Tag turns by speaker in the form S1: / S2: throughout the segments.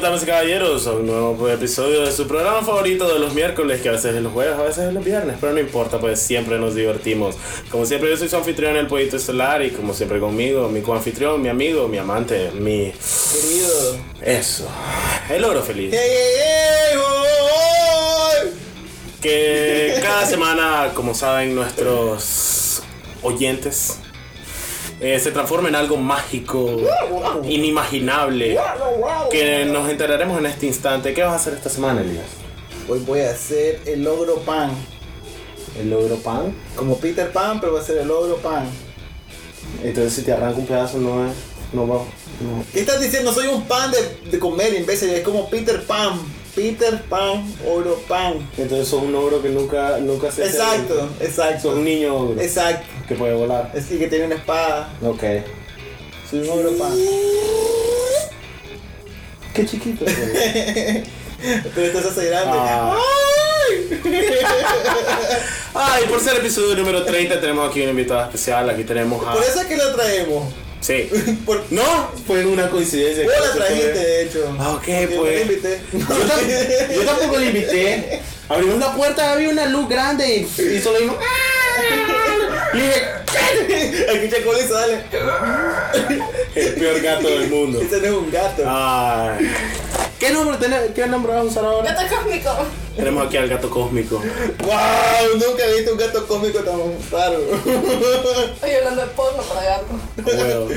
S1: damas y caballeros, a un nuevo episodio de su programa favorito de los miércoles, que a veces es los jueves, a veces es los viernes, pero no importa, pues siempre nos divertimos. Como siempre, yo soy su anfitrión, el Pollito Estelar, y como siempre conmigo, mi coanfitrión, mi amigo, mi amante, mi...
S2: Querido.
S1: Eso. El oro feliz.
S2: ¡Ey, ey, ey! ¡Voy!
S1: Que cada semana, como saben nuestros oyentes, eh, se transforma en algo mágico, inimaginable, que nos enteraremos en este instante. ¿Qué vas a hacer esta semana, Elías?
S2: Hoy voy a hacer el logro pan.
S1: ¿El logro pan?
S2: Como Peter Pan, pero va a ser el logro pan.
S1: Entonces si te arranca un pedazo no es... No va... No.
S2: ¿Qué estás diciendo? Soy un pan de, de comer, imbécil. Es como Peter Pan. Peter Pan, oro pan.
S1: Entonces sos un ogro que nunca, nunca se... hace-
S2: Exacto,
S1: Sos un
S2: exacto.
S1: niño ogro
S2: Exacto.
S1: que puede volar.
S2: Así que tiene una espada.
S1: Ok.
S2: Soy un ogro pan.
S1: Qué chiquito.
S2: Pero esto se hace grande.
S1: Ah.
S2: ¡Ay!
S1: Ah, y por ser episodio número 30 tenemos aquí una invitada especial. Aquí tenemos a...
S2: Por eso es que lo traemos.
S1: Sí.
S2: Por...
S1: No, fue una coincidencia.
S2: Vos la trajiste, de hecho.
S1: Ah, ok,
S2: Yo
S1: pues.
S2: la invité.
S1: Yo, tam- yo tampoco la invité. Abrimos la puerta, había una luz grande y, y solo dijo. "Ah". Y dije,
S2: Aquí Chacol y sale.
S1: el peor gato del mundo.
S2: Este no es un gato.
S1: Ah. Ay. ¿Qué nombre, tenés- ¿Qué nombre vas a usar ahora?
S3: Gato cósmico.
S1: Tenemos aquí al gato cósmico.
S2: ¡Wow! Nunca he visto un gato cómico tan raro.
S3: Estoy hablando de porno para gato.
S1: Huevo.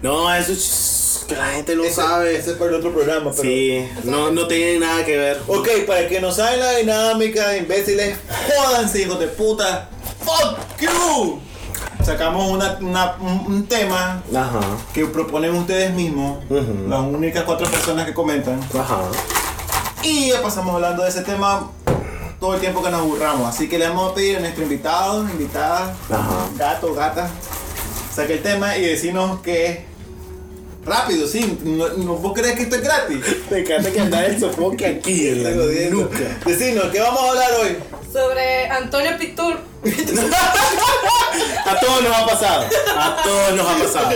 S1: No, eso es que la gente no
S2: Ese-
S1: sabe.
S2: Ese es para el otro programa, pero.
S1: Sí, no, no tiene nada que ver.
S2: Ok, para que no saben la dinámica, imbéciles, jódanse, hijos de puta. ¡Fuck you! Sacamos una, una- un, un tema
S1: Ajá,
S2: que proponen ustedes mismos,
S1: Ujú.
S2: las únicas cuatro personas que comentan.
S1: ajá.
S2: Y ya pasamos hablando de ese tema todo el tiempo que nos aburramos. Así que le vamos a pedir a nuestro invitado, invitada,
S1: Ajá.
S2: gato, gata, saque el tema y decirnos que rápido, sí. No, no- ¿Vos crees que esto es gratis?
S1: Me encanta que anda el sofoque aquí en la
S2: Estoy jodiendo.
S1: nuca.
S2: Decinos, ¿qué vamos a hablar hoy?
S3: Sobre Antonio Pitur.
S1: A todos nos ha pasado. A todos nos ha pasado.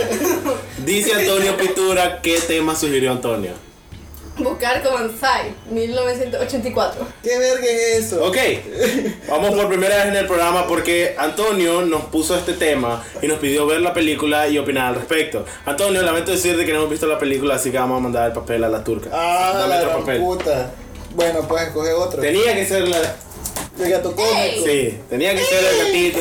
S1: Dice Antonio Pitura, ¿qué tema sugirió Antonio?
S3: Buscar con Sai, 1984.
S2: ¿Qué verga es eso?
S1: Ok, vamos por primera vez en el programa porque Antonio nos puso este tema y nos pidió ver la película y opinar al respecto. Antonio, lamento decirte que no hemos visto la película, así que vamos a mandar el papel a la turca.
S2: Ah,
S1: Dame
S2: la
S1: otro
S2: gran
S1: papel.
S2: puta. Bueno, pues coge otro.
S1: Tenía que ser la.
S2: El gato cómico.
S1: Sí, tenía que ser el gatito.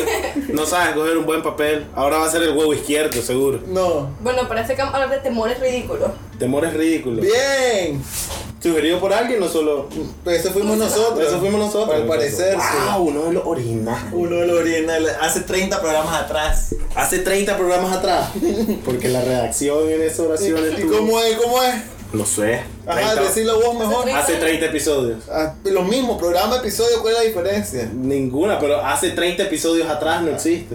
S1: No sabes coger un buen papel. Ahora va a ser el huevo izquierdo, seguro.
S2: No.
S3: Bueno, parece que vamos a hablar de temores ridículos.
S1: Temores ridículos.
S2: Bien.
S1: Sugerido por alguien o solo.
S2: Pues eso fuimos nosotros.
S1: Eso fuimos nosotros.
S2: Al parecer, sí.
S1: Wow, uno de los originales.
S2: Uno de los originales. Hace 30 programas atrás.
S1: Hace 30 programas atrás. Porque la redacción en esa
S2: ¿Y
S1: oración estuvo-
S2: cómo es? ¿Cómo es?
S1: No sé.
S2: Ajá,
S1: 30
S2: decirlo vos mejor.
S3: Hace
S1: Hace 30 episodios.
S2: Ah, lo mismo, programa, episodio, ¿cuál es la diferencia?
S1: Ninguna, pero hace 30 episodios atrás no existe.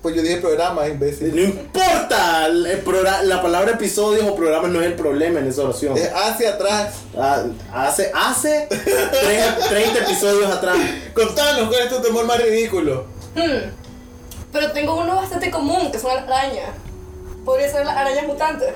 S2: Pues yo dije programa, imbécil.
S1: No importa, el- el progra- la palabra episodios o programas no es el problema en esa oración.
S2: Es hacia atrás.
S1: Ah, Hace, hace 30, 30 episodios atrás.
S2: Contanos cuál es tu temor más ridículo.
S3: Hmm. Pero tengo uno bastante común, que son las arañas. Podría ser las arañas mutantes.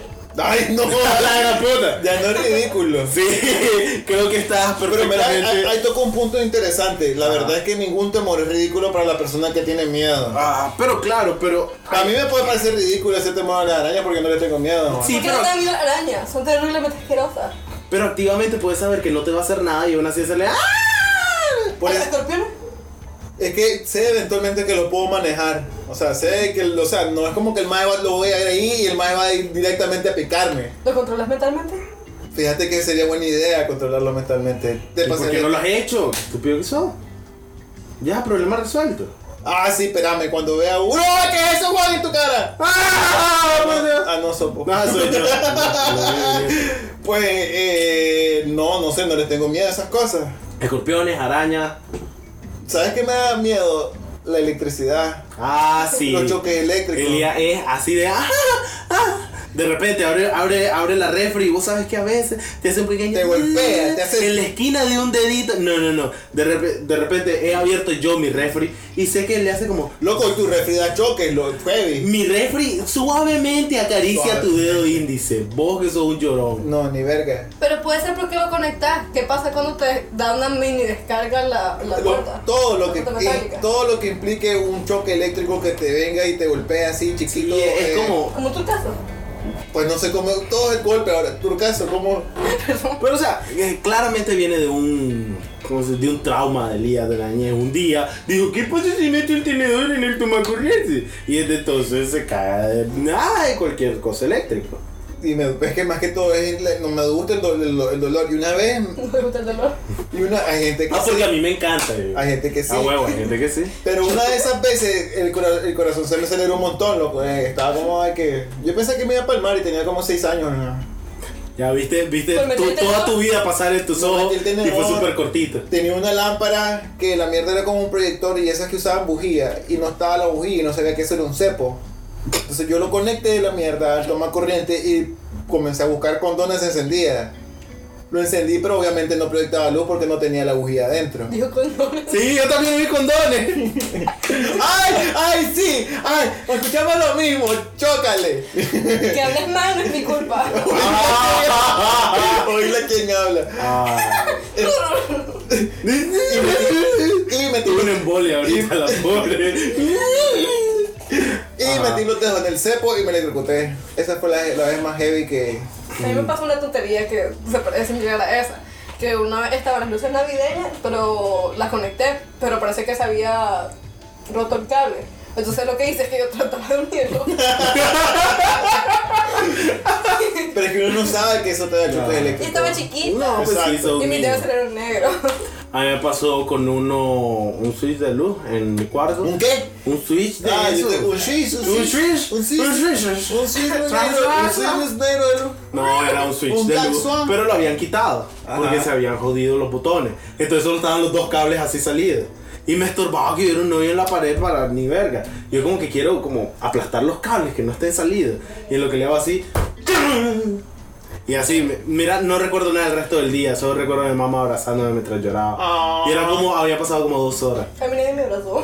S2: Ay, no,
S1: Ah, La gran puta.
S2: ya no es ridículo.
S1: Sí, creo que estás
S2: Pero mira, ahí,
S1: perfectamente.
S2: ahí toca un punto interesante. La verdad es que ningún temor es ridículo para la persona que tiene miedo.
S1: Ah, pero claro, pero.
S2: A mí me puede parecer ridículo ese temor a la araña porque no le tengo miedo.
S1: Sí,
S3: ¿Por qué
S1: pero-
S3: no te dan miedo las arañas? Son terriblemente asquerosas.
S1: Pero activamente puedes saber que no te va a hacer nada y aún así hacerle. ¡Ah!
S2: Por
S3: ¿A los
S2: eso-
S3: escorpiones?
S2: Es que sé eventualmente que lo puedo manejar. O sea, sé que, o sea, no es como que el mae va- lo voy a ir ahí y el mae va a ir directamente a picarme.
S3: ¿Lo controlas mentalmente?
S2: Fíjate que sería buena idea controlarlo mentalmente. Te
S1: ¿Y ¿Por qué
S2: pasaría-
S1: no lo has hecho? Estúpido que sos. Ya, problema resuelto.
S2: Ah, sí, espérame, cuando vea uno, ¡Ay, ¿qué es eso, Juan, en tu cara?
S1: ¡Ah! por Dios!
S2: Ah, no, sopo.
S1: No, soy yo.
S2: Pues, eh, no, no sé, no le tengo miedo a esas cosas.
S1: Escorpiones, arañas.
S2: ¿Sabes qué me da miedo? La electricidad.
S1: Ah, sí.
S2: Los choques eléctricos.
S1: Elia es así de. ¡Ah! ¡Ah! De repente abre, abre, abre la refri y vos sabes que a veces te hacen pequeño.
S2: Te golpea, te hace-
S1: En la esquina de un dedito. No, no, no. De, repe- de repente he abierto yo mi refri y sé que le hace como.
S2: Loco, y tu refri da choques, lo heavy.
S1: Mi refri suavemente acaricia
S2: Suave.
S1: tu dedo índice. Vos que sos un llorón.
S2: No, ni verga.
S3: Pero puede ser porque lo conectas. ¿Qué pasa cuando te da una mini descarga la, la
S2: Lo-
S3: puerta?
S2: todo, lo que,
S3: La puerta metálica.
S2: todo lo que implique un choque eléctrico que te venga y te golpea así chiquito.
S1: Y es
S2: eh,
S1: como.
S3: Como tu caso.
S2: Pues no sé cómo. Todo es golpe ahora. Tu caso, ¿cómo?
S1: Pero o sea, eh, claramente viene de un como se- de un trauma del día de la niñez. Un día dijo, ¿qué pasa si meto el tenedor en el tomacorriente? Y desde entonces se caga de nada de cualquier cosa eléctrica.
S2: Y me, es que más que todo es, la- no me gusta el, do- el do- el dolor. Y una vez,
S3: No me gusta el dolor.
S2: y una, hay gente que
S1: Ah, porque
S2: sí,
S1: a mí me encanta. yo.
S2: hay gente que sí.
S1: A huevo, hay gente que sí.
S2: Pero una de esas veces el, cora- el corazón se me aceleró un montón, loco. eh, estaba como de que. Yo pensé que me iba a palmar y tenía como 6 años. ¿no?
S1: Ya viste, viste
S3: Pues metí
S1: tu-
S3: el
S1: toda
S3: tenedor.
S1: tu vida pasar en tus
S2: No,
S1: ojos
S2: metí el tenedor.
S1: y fue súper cortito.
S2: Tenía una lámpara que la mierda era como un proyector y esas que usaban bujía. Y no estaba la bujía y no sabía que eso era un cepo. Entonces yo lo conecté de la mierda al tomar corriente y comencé a buscar condones encendidas. Lo encendí, pero obviamente no proyectaba luz porque no tenía la bujía adentro.
S3: Dijo condones.
S1: Sí, yo también vi condones.
S2: ¡Ay! ¡Ay, sí! ¡Ay! Pues Escuchamos lo mismo, chócale.
S3: Que hables mal no es mi culpa.
S2: Oíla quien habla. Y metí,
S1: Tuve una embolia ahorita, la pobre.
S2: y metí los dedos en el cepo y me electrocuté. Esa fue la, la vez más heavy que.
S3: A mí me pasó una tontería que se parece similar a esa. Que una vez estaban las luces navideñas, pero las conecté, pero parece que se había roto el cable. Entonces lo que hice es que yo trataba de unirlo.
S2: Pero es que uno no sabe que eso te da choques
S1: Claro.
S3: Y
S2: eléctricos.
S3: estaba chiquita.
S1: No, pues sí,
S2: Exacto.
S1: son
S3: y mi dedo
S1: niños.
S3: era un negro.
S1: A mí me pasó con uno, un switch de luz en mi cuarto.
S2: ¿Un qué?
S1: Un switch de
S2: Ah, yo
S1: eso.
S2: tengo un switch, un
S1: Un switch,
S2: un switch,
S1: un
S2: un switch,
S1: switch.
S2: un switch negro, un switch negro de luz.
S1: No, era un switch
S2: Un
S1: de
S2: Black
S1: luz.
S2: Swan.
S1: Pero lo habían quitado. Porque se habían jodido los botones. Entonces solo estaban los dos cables así salidos. Y me estorbaba que hubiera un hoyo en la pared para ni verga. Yo como que quiero como aplastar los cables que no estén salidos. Y en lo que le hago así. Y así, me- mira, no recuerdo nada del resto del día, solo recuerdo a mi mamá abrazándome mientras lloraba.
S2: Ah.
S1: Y era como, había pasado como dos horas.
S3: A mí nadie me abrazó.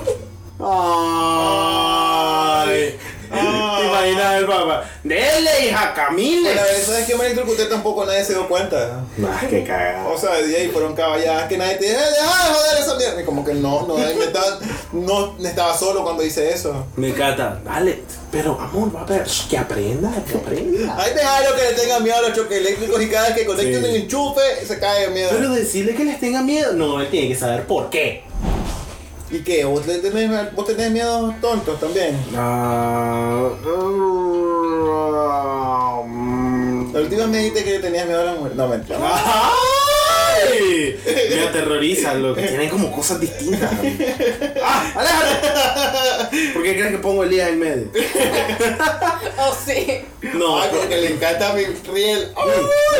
S1: Ay. ¿Te imaginas el papá? Dele, hija, camine.
S2: Pero eso es que me electrocuté tampoco nadie se dio cuenta.
S1: Nah, qué cagada.
S2: O sea, de ahí fueron caballadas que nadie te dijo, "Eh, deja de joder esa mierda. Y como que no, no, me estaba, no estaba solo cuando hice eso.
S1: Me encanta. Dale, pero amor, va a ver. shh, Que aprenda, que aprenda.
S2: Hay dejarlo que le tengan miedo a los choques eléctricos y cada vez que conecten
S1: Sí.
S2: un enchufe se cae de miedo.
S1: Pero decirle que les tenga miedo. No, él tiene que saber por qué.
S2: ¿Y qué? ¿Vos, le tenés, vos tenés miedos tontos también? La última vez me dijiste que le tenías miedo a la mujer. No, mentira.
S1: ¡Ay! Me aterrorizan, loco. Tienen como cosas distintas. ¡Ah! ¡Aléjate! ¿Por qué crees que pongo el día en medio?
S3: Oh, sí.
S1: No,
S2: Ay, porque le encanta mi riel. Ay.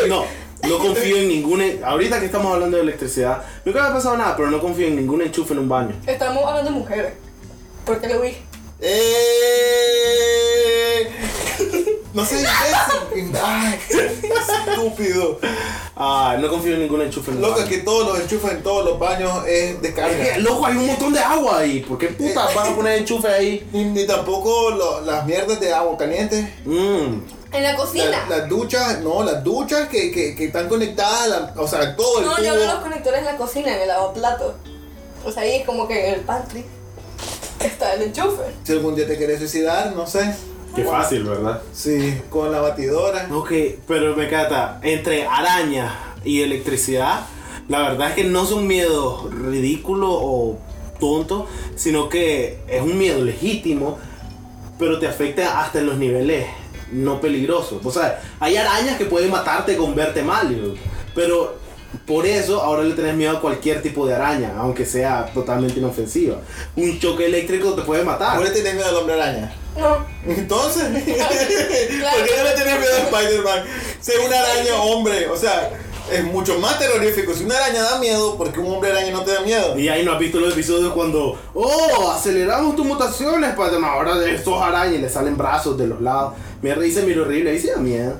S1: No, no confío en ningún. en- Ahorita que estamos hablando de electricidad, nunca me ha pasado nada, pero no confío en ningún enchufe en un baño.
S3: Estamos hablando de mujeres. ¿Por qué le huí?
S2: Eh. No sé, imbécil. Ay, estúpido.
S1: Ah, no confío en ningún enchufe en un
S2: Loco, es
S1: baño.
S2: que todos los enchufes en todos los baños es
S1: Es que,
S2: descarga.
S1: loco, hay un montón de agua ahí. ¿Por qué puta
S2: Eh,
S1: vas a poner enchufe ahí?
S2: Ni, ni tampoco lo- las mierdas de agua caliente.
S1: Mmm.
S3: En la
S2: La-
S3: cocina.
S2: las duchas, no, las duchas que, que, que están conectadas, a la- o sea, todo el
S3: No, yo hablo de los
S2: tubo.
S3: conectores en la cocina, en el lavaplato. O sea, ahí es como que en el pantry está el enchufe.
S2: Si algún día te quieres suicidar, no sé.
S1: Qué fácil, ¿verdad?
S2: Sí, con la batidora.
S1: Ok, pero me cata, entre araña y electricidad, la verdad es que no son miedos ridículos o tontos, sino que es un miedo legítimo, pero te afecta hasta en los niveles no peligrosos. O sea, hay arañas que pueden matarte con verte mal, yo, pero por eso ahora le tenés miedo a cualquier tipo de araña, aunque sea totalmente inofensiva. Un choque eléctrico te puede matar.
S2: ¿Vos le tenés miedo al hombre araña?
S3: No,
S2: Entonces, ¿por qué no le tenés miedo a Spider-Man? Sé un araña hombre, o sea, Es mucho más terrorífico. Si una araña da miedo, porque un hombre araña no te da miedo?
S1: Y ahí no has visto los episodios cuando. ¡Oh! Aceleramos tus mutaciones. Para no, ahora de estos arañas y le salen brazos de los lados. Me dice mira horrible. Ahí sí da miedo.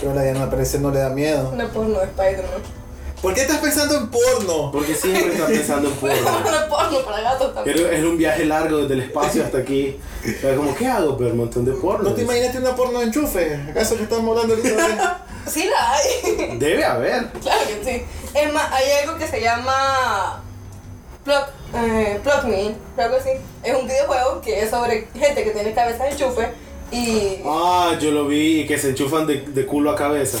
S2: Pero la araña no aparece, no le da miedo.
S3: Una porno de Spider-Man.
S2: ¿Por qué estás pensando en porno?
S1: Porque siempre está pensando en porno.
S3: Una porno para gatos también.
S1: Pero es un viaje largo desde el espacio hasta aquí. O sea, como, ¿qué hago? Pero un montón de porno.
S2: ¿No te imaginaste una porno de enchufe? ¿Acaso que estamos hablando ahorita?
S3: Sí la hay.
S1: Debe haber.
S3: Claro que sí. Es más, hay algo que se llama Plug, eh, Plug Me, algo así. Es un videojuego que es sobre gente que tiene cabeza de enchufe y...
S1: Ah, yo lo vi y que se enchufan de, de culo a cabeza.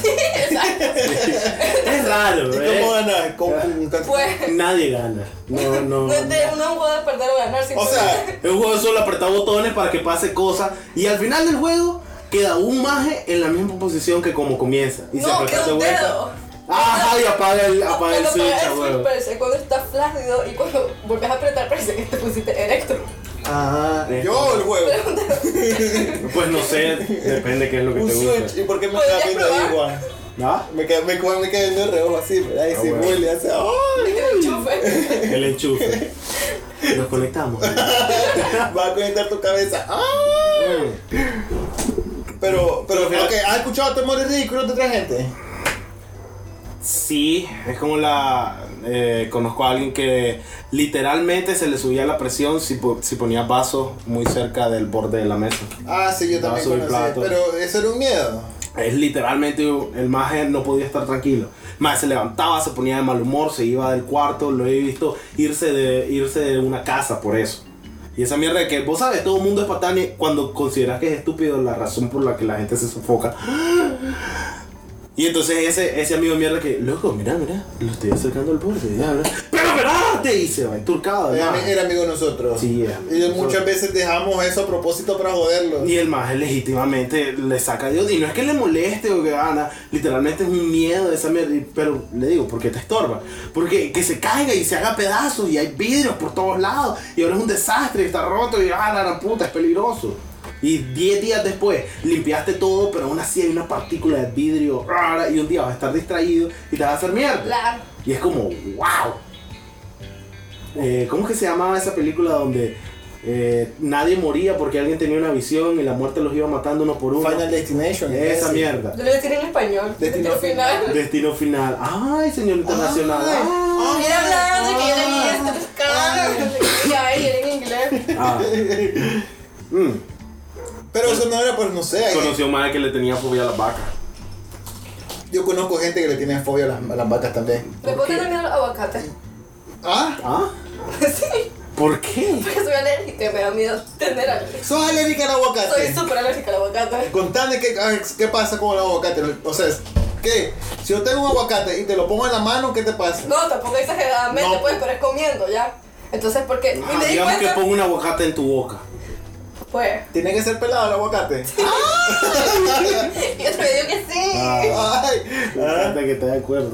S1: es raro,
S2: de- ¿Y
S1: ¿eh?
S2: cómo ganas? Con- con- con-
S3: Pues,
S1: Nadie gana. No, no.
S3: no es Pues de uno puede perder o ganar.
S2: O sea,
S1: Es un juego de solo apretar botones para que pase cosas. Y al final del juego queda un maje en la misma posición que como comienza. Y
S3: no,
S1: apretó
S3: queda un dedo.
S1: Ajá, y apaga el,
S3: No,
S1: apaga el
S3: cuando
S1: switch,
S3: apagas
S1: a
S3: el
S1: huevo.
S3: switch, parece cuando estás flácido y cuando volvés a apretar parece que te pusiste erecto.
S2: Ajá. Yo el juego.
S1: Pues no sé, depende qué es Pues. lo que
S2: Un
S1: te gusta.
S2: switch. ¿Y por qué me
S3: Podría
S2: da pinta de
S3: probar.
S2: igual?
S1: ¿Ah?
S2: Me quedé me, quedé- me quedé viendo el reojo así. Ahí
S1: Ah,
S2: se
S1: bueno.
S2: vuelve. Hace. ¡ay!
S3: El enchufe.
S1: El enchufe. Nos conectamos.
S2: Va a conectar tu cabeza. ¡ay! Pero, pero,
S1: Pero,
S2: ok, ¿has escuchado temores ridículos de otra gente?
S1: Sí, es como la. eh, conozco a alguien que literalmente se le subía la presión si, po- si ponía vasos muy cerca del borde de la mesa.
S2: Ah, sí, yo
S1: Vaso
S2: también
S1: y
S2: conocí.
S1: plato.
S2: Pero eso era un miedo.
S1: Es literalmente un- el maje no podía estar tranquilo. Más se levantaba, se ponía de mal humor, se iba del cuarto. Lo he visto irse de, irse de una casa por eso. Y esa mierda de que vos sabes, todo el mundo es patán y cuando consideras que es estúpido la razón por la que la gente se sofoca. Y entonces ese, ese amigo mierda que, loco, mira, mira, lo estoy acercando al borde, ya, mira. Pero espérate, y se va enturcado. el
S2: Era,
S1: maje.
S2: era amigo de nosotros.
S1: Sí, era
S2: Y
S1: amigo de
S2: muchas
S1: nosotros.
S2: veces dejamos eso a propósito para joderlo.
S1: Y el maje legítimamente le saca Dios. Y no es que le moleste o que gana, literalmente es un miedo de esa mierda. y- Pero le digo, ¿por qué te estorba? Porque que se caiga y se haga pedazos y hay vidrios por todos lados. Y ahora es un desastre y está roto y ah, la gran puta, es peligroso. Y 10 días después limpiaste todo, pero aún así hay una partícula de vidrio rara. Y un día vas a estar distraído y te vas a hacer mierda.
S3: La...
S1: Y es como, wow. Eh, ¿Cómo es que se llamaba esa película donde eh, nadie moría porque alguien tenía una visión y la muerte los iba matando uno por uno?
S2: Final Destination.
S1: Esa
S2: ese.
S1: mierda.
S3: Yo le voy a decir en español.
S2: Destino
S3: Destino final.
S1: Destino final. Ay, señor internacional. Ay.
S2: Ay.
S3: Ah, Mira hablando de que yo
S2: Ah.
S3: tenía este pescado. Ya, ahí era en inglés.
S1: Ah. Mm.
S2: Pero eso no era, pues no sé. ahí-
S1: Conoció a un madre que le tenía fobia a las vacas.
S2: Yo conozco gente que le tiene fobia a las, a las vacas también.
S3: Le puedo tener miedo a los aguacates.
S2: ¿Ah?
S1: ¿Ah?
S3: Sí,
S1: ¿Por qué?
S3: porque soy alérgica y me da miedo tener alérgica.
S2: ¿Sos alérgica al aguacate?
S3: Soy súper alérgica al aguacate.
S2: Contame qué, ah, qué pasa con el aguacate. O sea, ¿qué? Si yo tengo un aguacate y te lo pongo en la mano, ¿qué te pasa?
S3: No, tampoco exageradamente,
S2: No.
S3: pues, pero es comiendo ya. Entonces, porque.
S1: Ah,
S3: y me di
S1: digamos que
S3: cuenta.
S1: pongo un aguacate en tu boca.
S3: Pues.
S2: ¿Tiene que ser pelado el aguacate?
S3: Yo te digo que sí.
S1: Ah.
S2: Ay,
S1: Fíjate que te de acuerdo.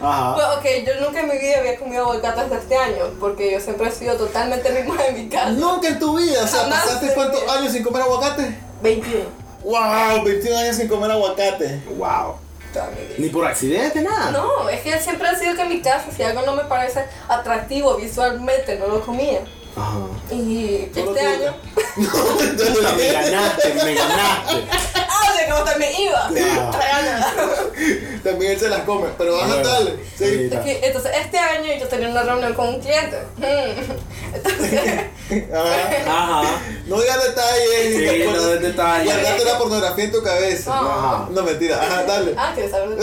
S1: Ajá.
S3: Pues, ok, yo nunca en mi vida había comido aguacate hasta este año, porque yo siempre he sido totalmente misma en mi casa.
S2: nunca en tu vida. O sea,
S3: Jamás
S2: ¿pasaste
S3: en
S2: cuántos
S3: mi vida.
S2: años sin comer aguacate?
S3: 21.
S2: ¡Wow! 21 años sin comer aguacate.
S1: Wow.
S3: toda mi vida.
S1: Ni por accidente, nada.
S3: No, es que siempre ha sido que en mi casa, si algo no me parece atractivo visualmente, no lo comía.
S1: Ajá.
S3: Y
S2: No lo tuve.
S3: este año.
S1: Puta, me ganaste, me ganaste.
S3: ¡Ah, o sea, como también iba!
S1: Claro.
S2: Ah,
S3: Tragándola.
S2: También él se las come, pero vas a
S1: Bueno,
S2: darle. Sí.
S1: ahorita.
S3: Ok, Entonces, este año yo tenía una reunión con un cliente. Hmm. Entonces.
S2: Ajá.
S1: Ajá.
S2: No digas detalles.
S1: Sí,
S2: te
S1: no
S2: acuerdas-
S1: des detalles.
S2: Guardaste la pornografía en tu cabeza.
S1: Ajá.
S2: No, mentira. Ajá, dale.
S3: Ah, ¿quieres saber?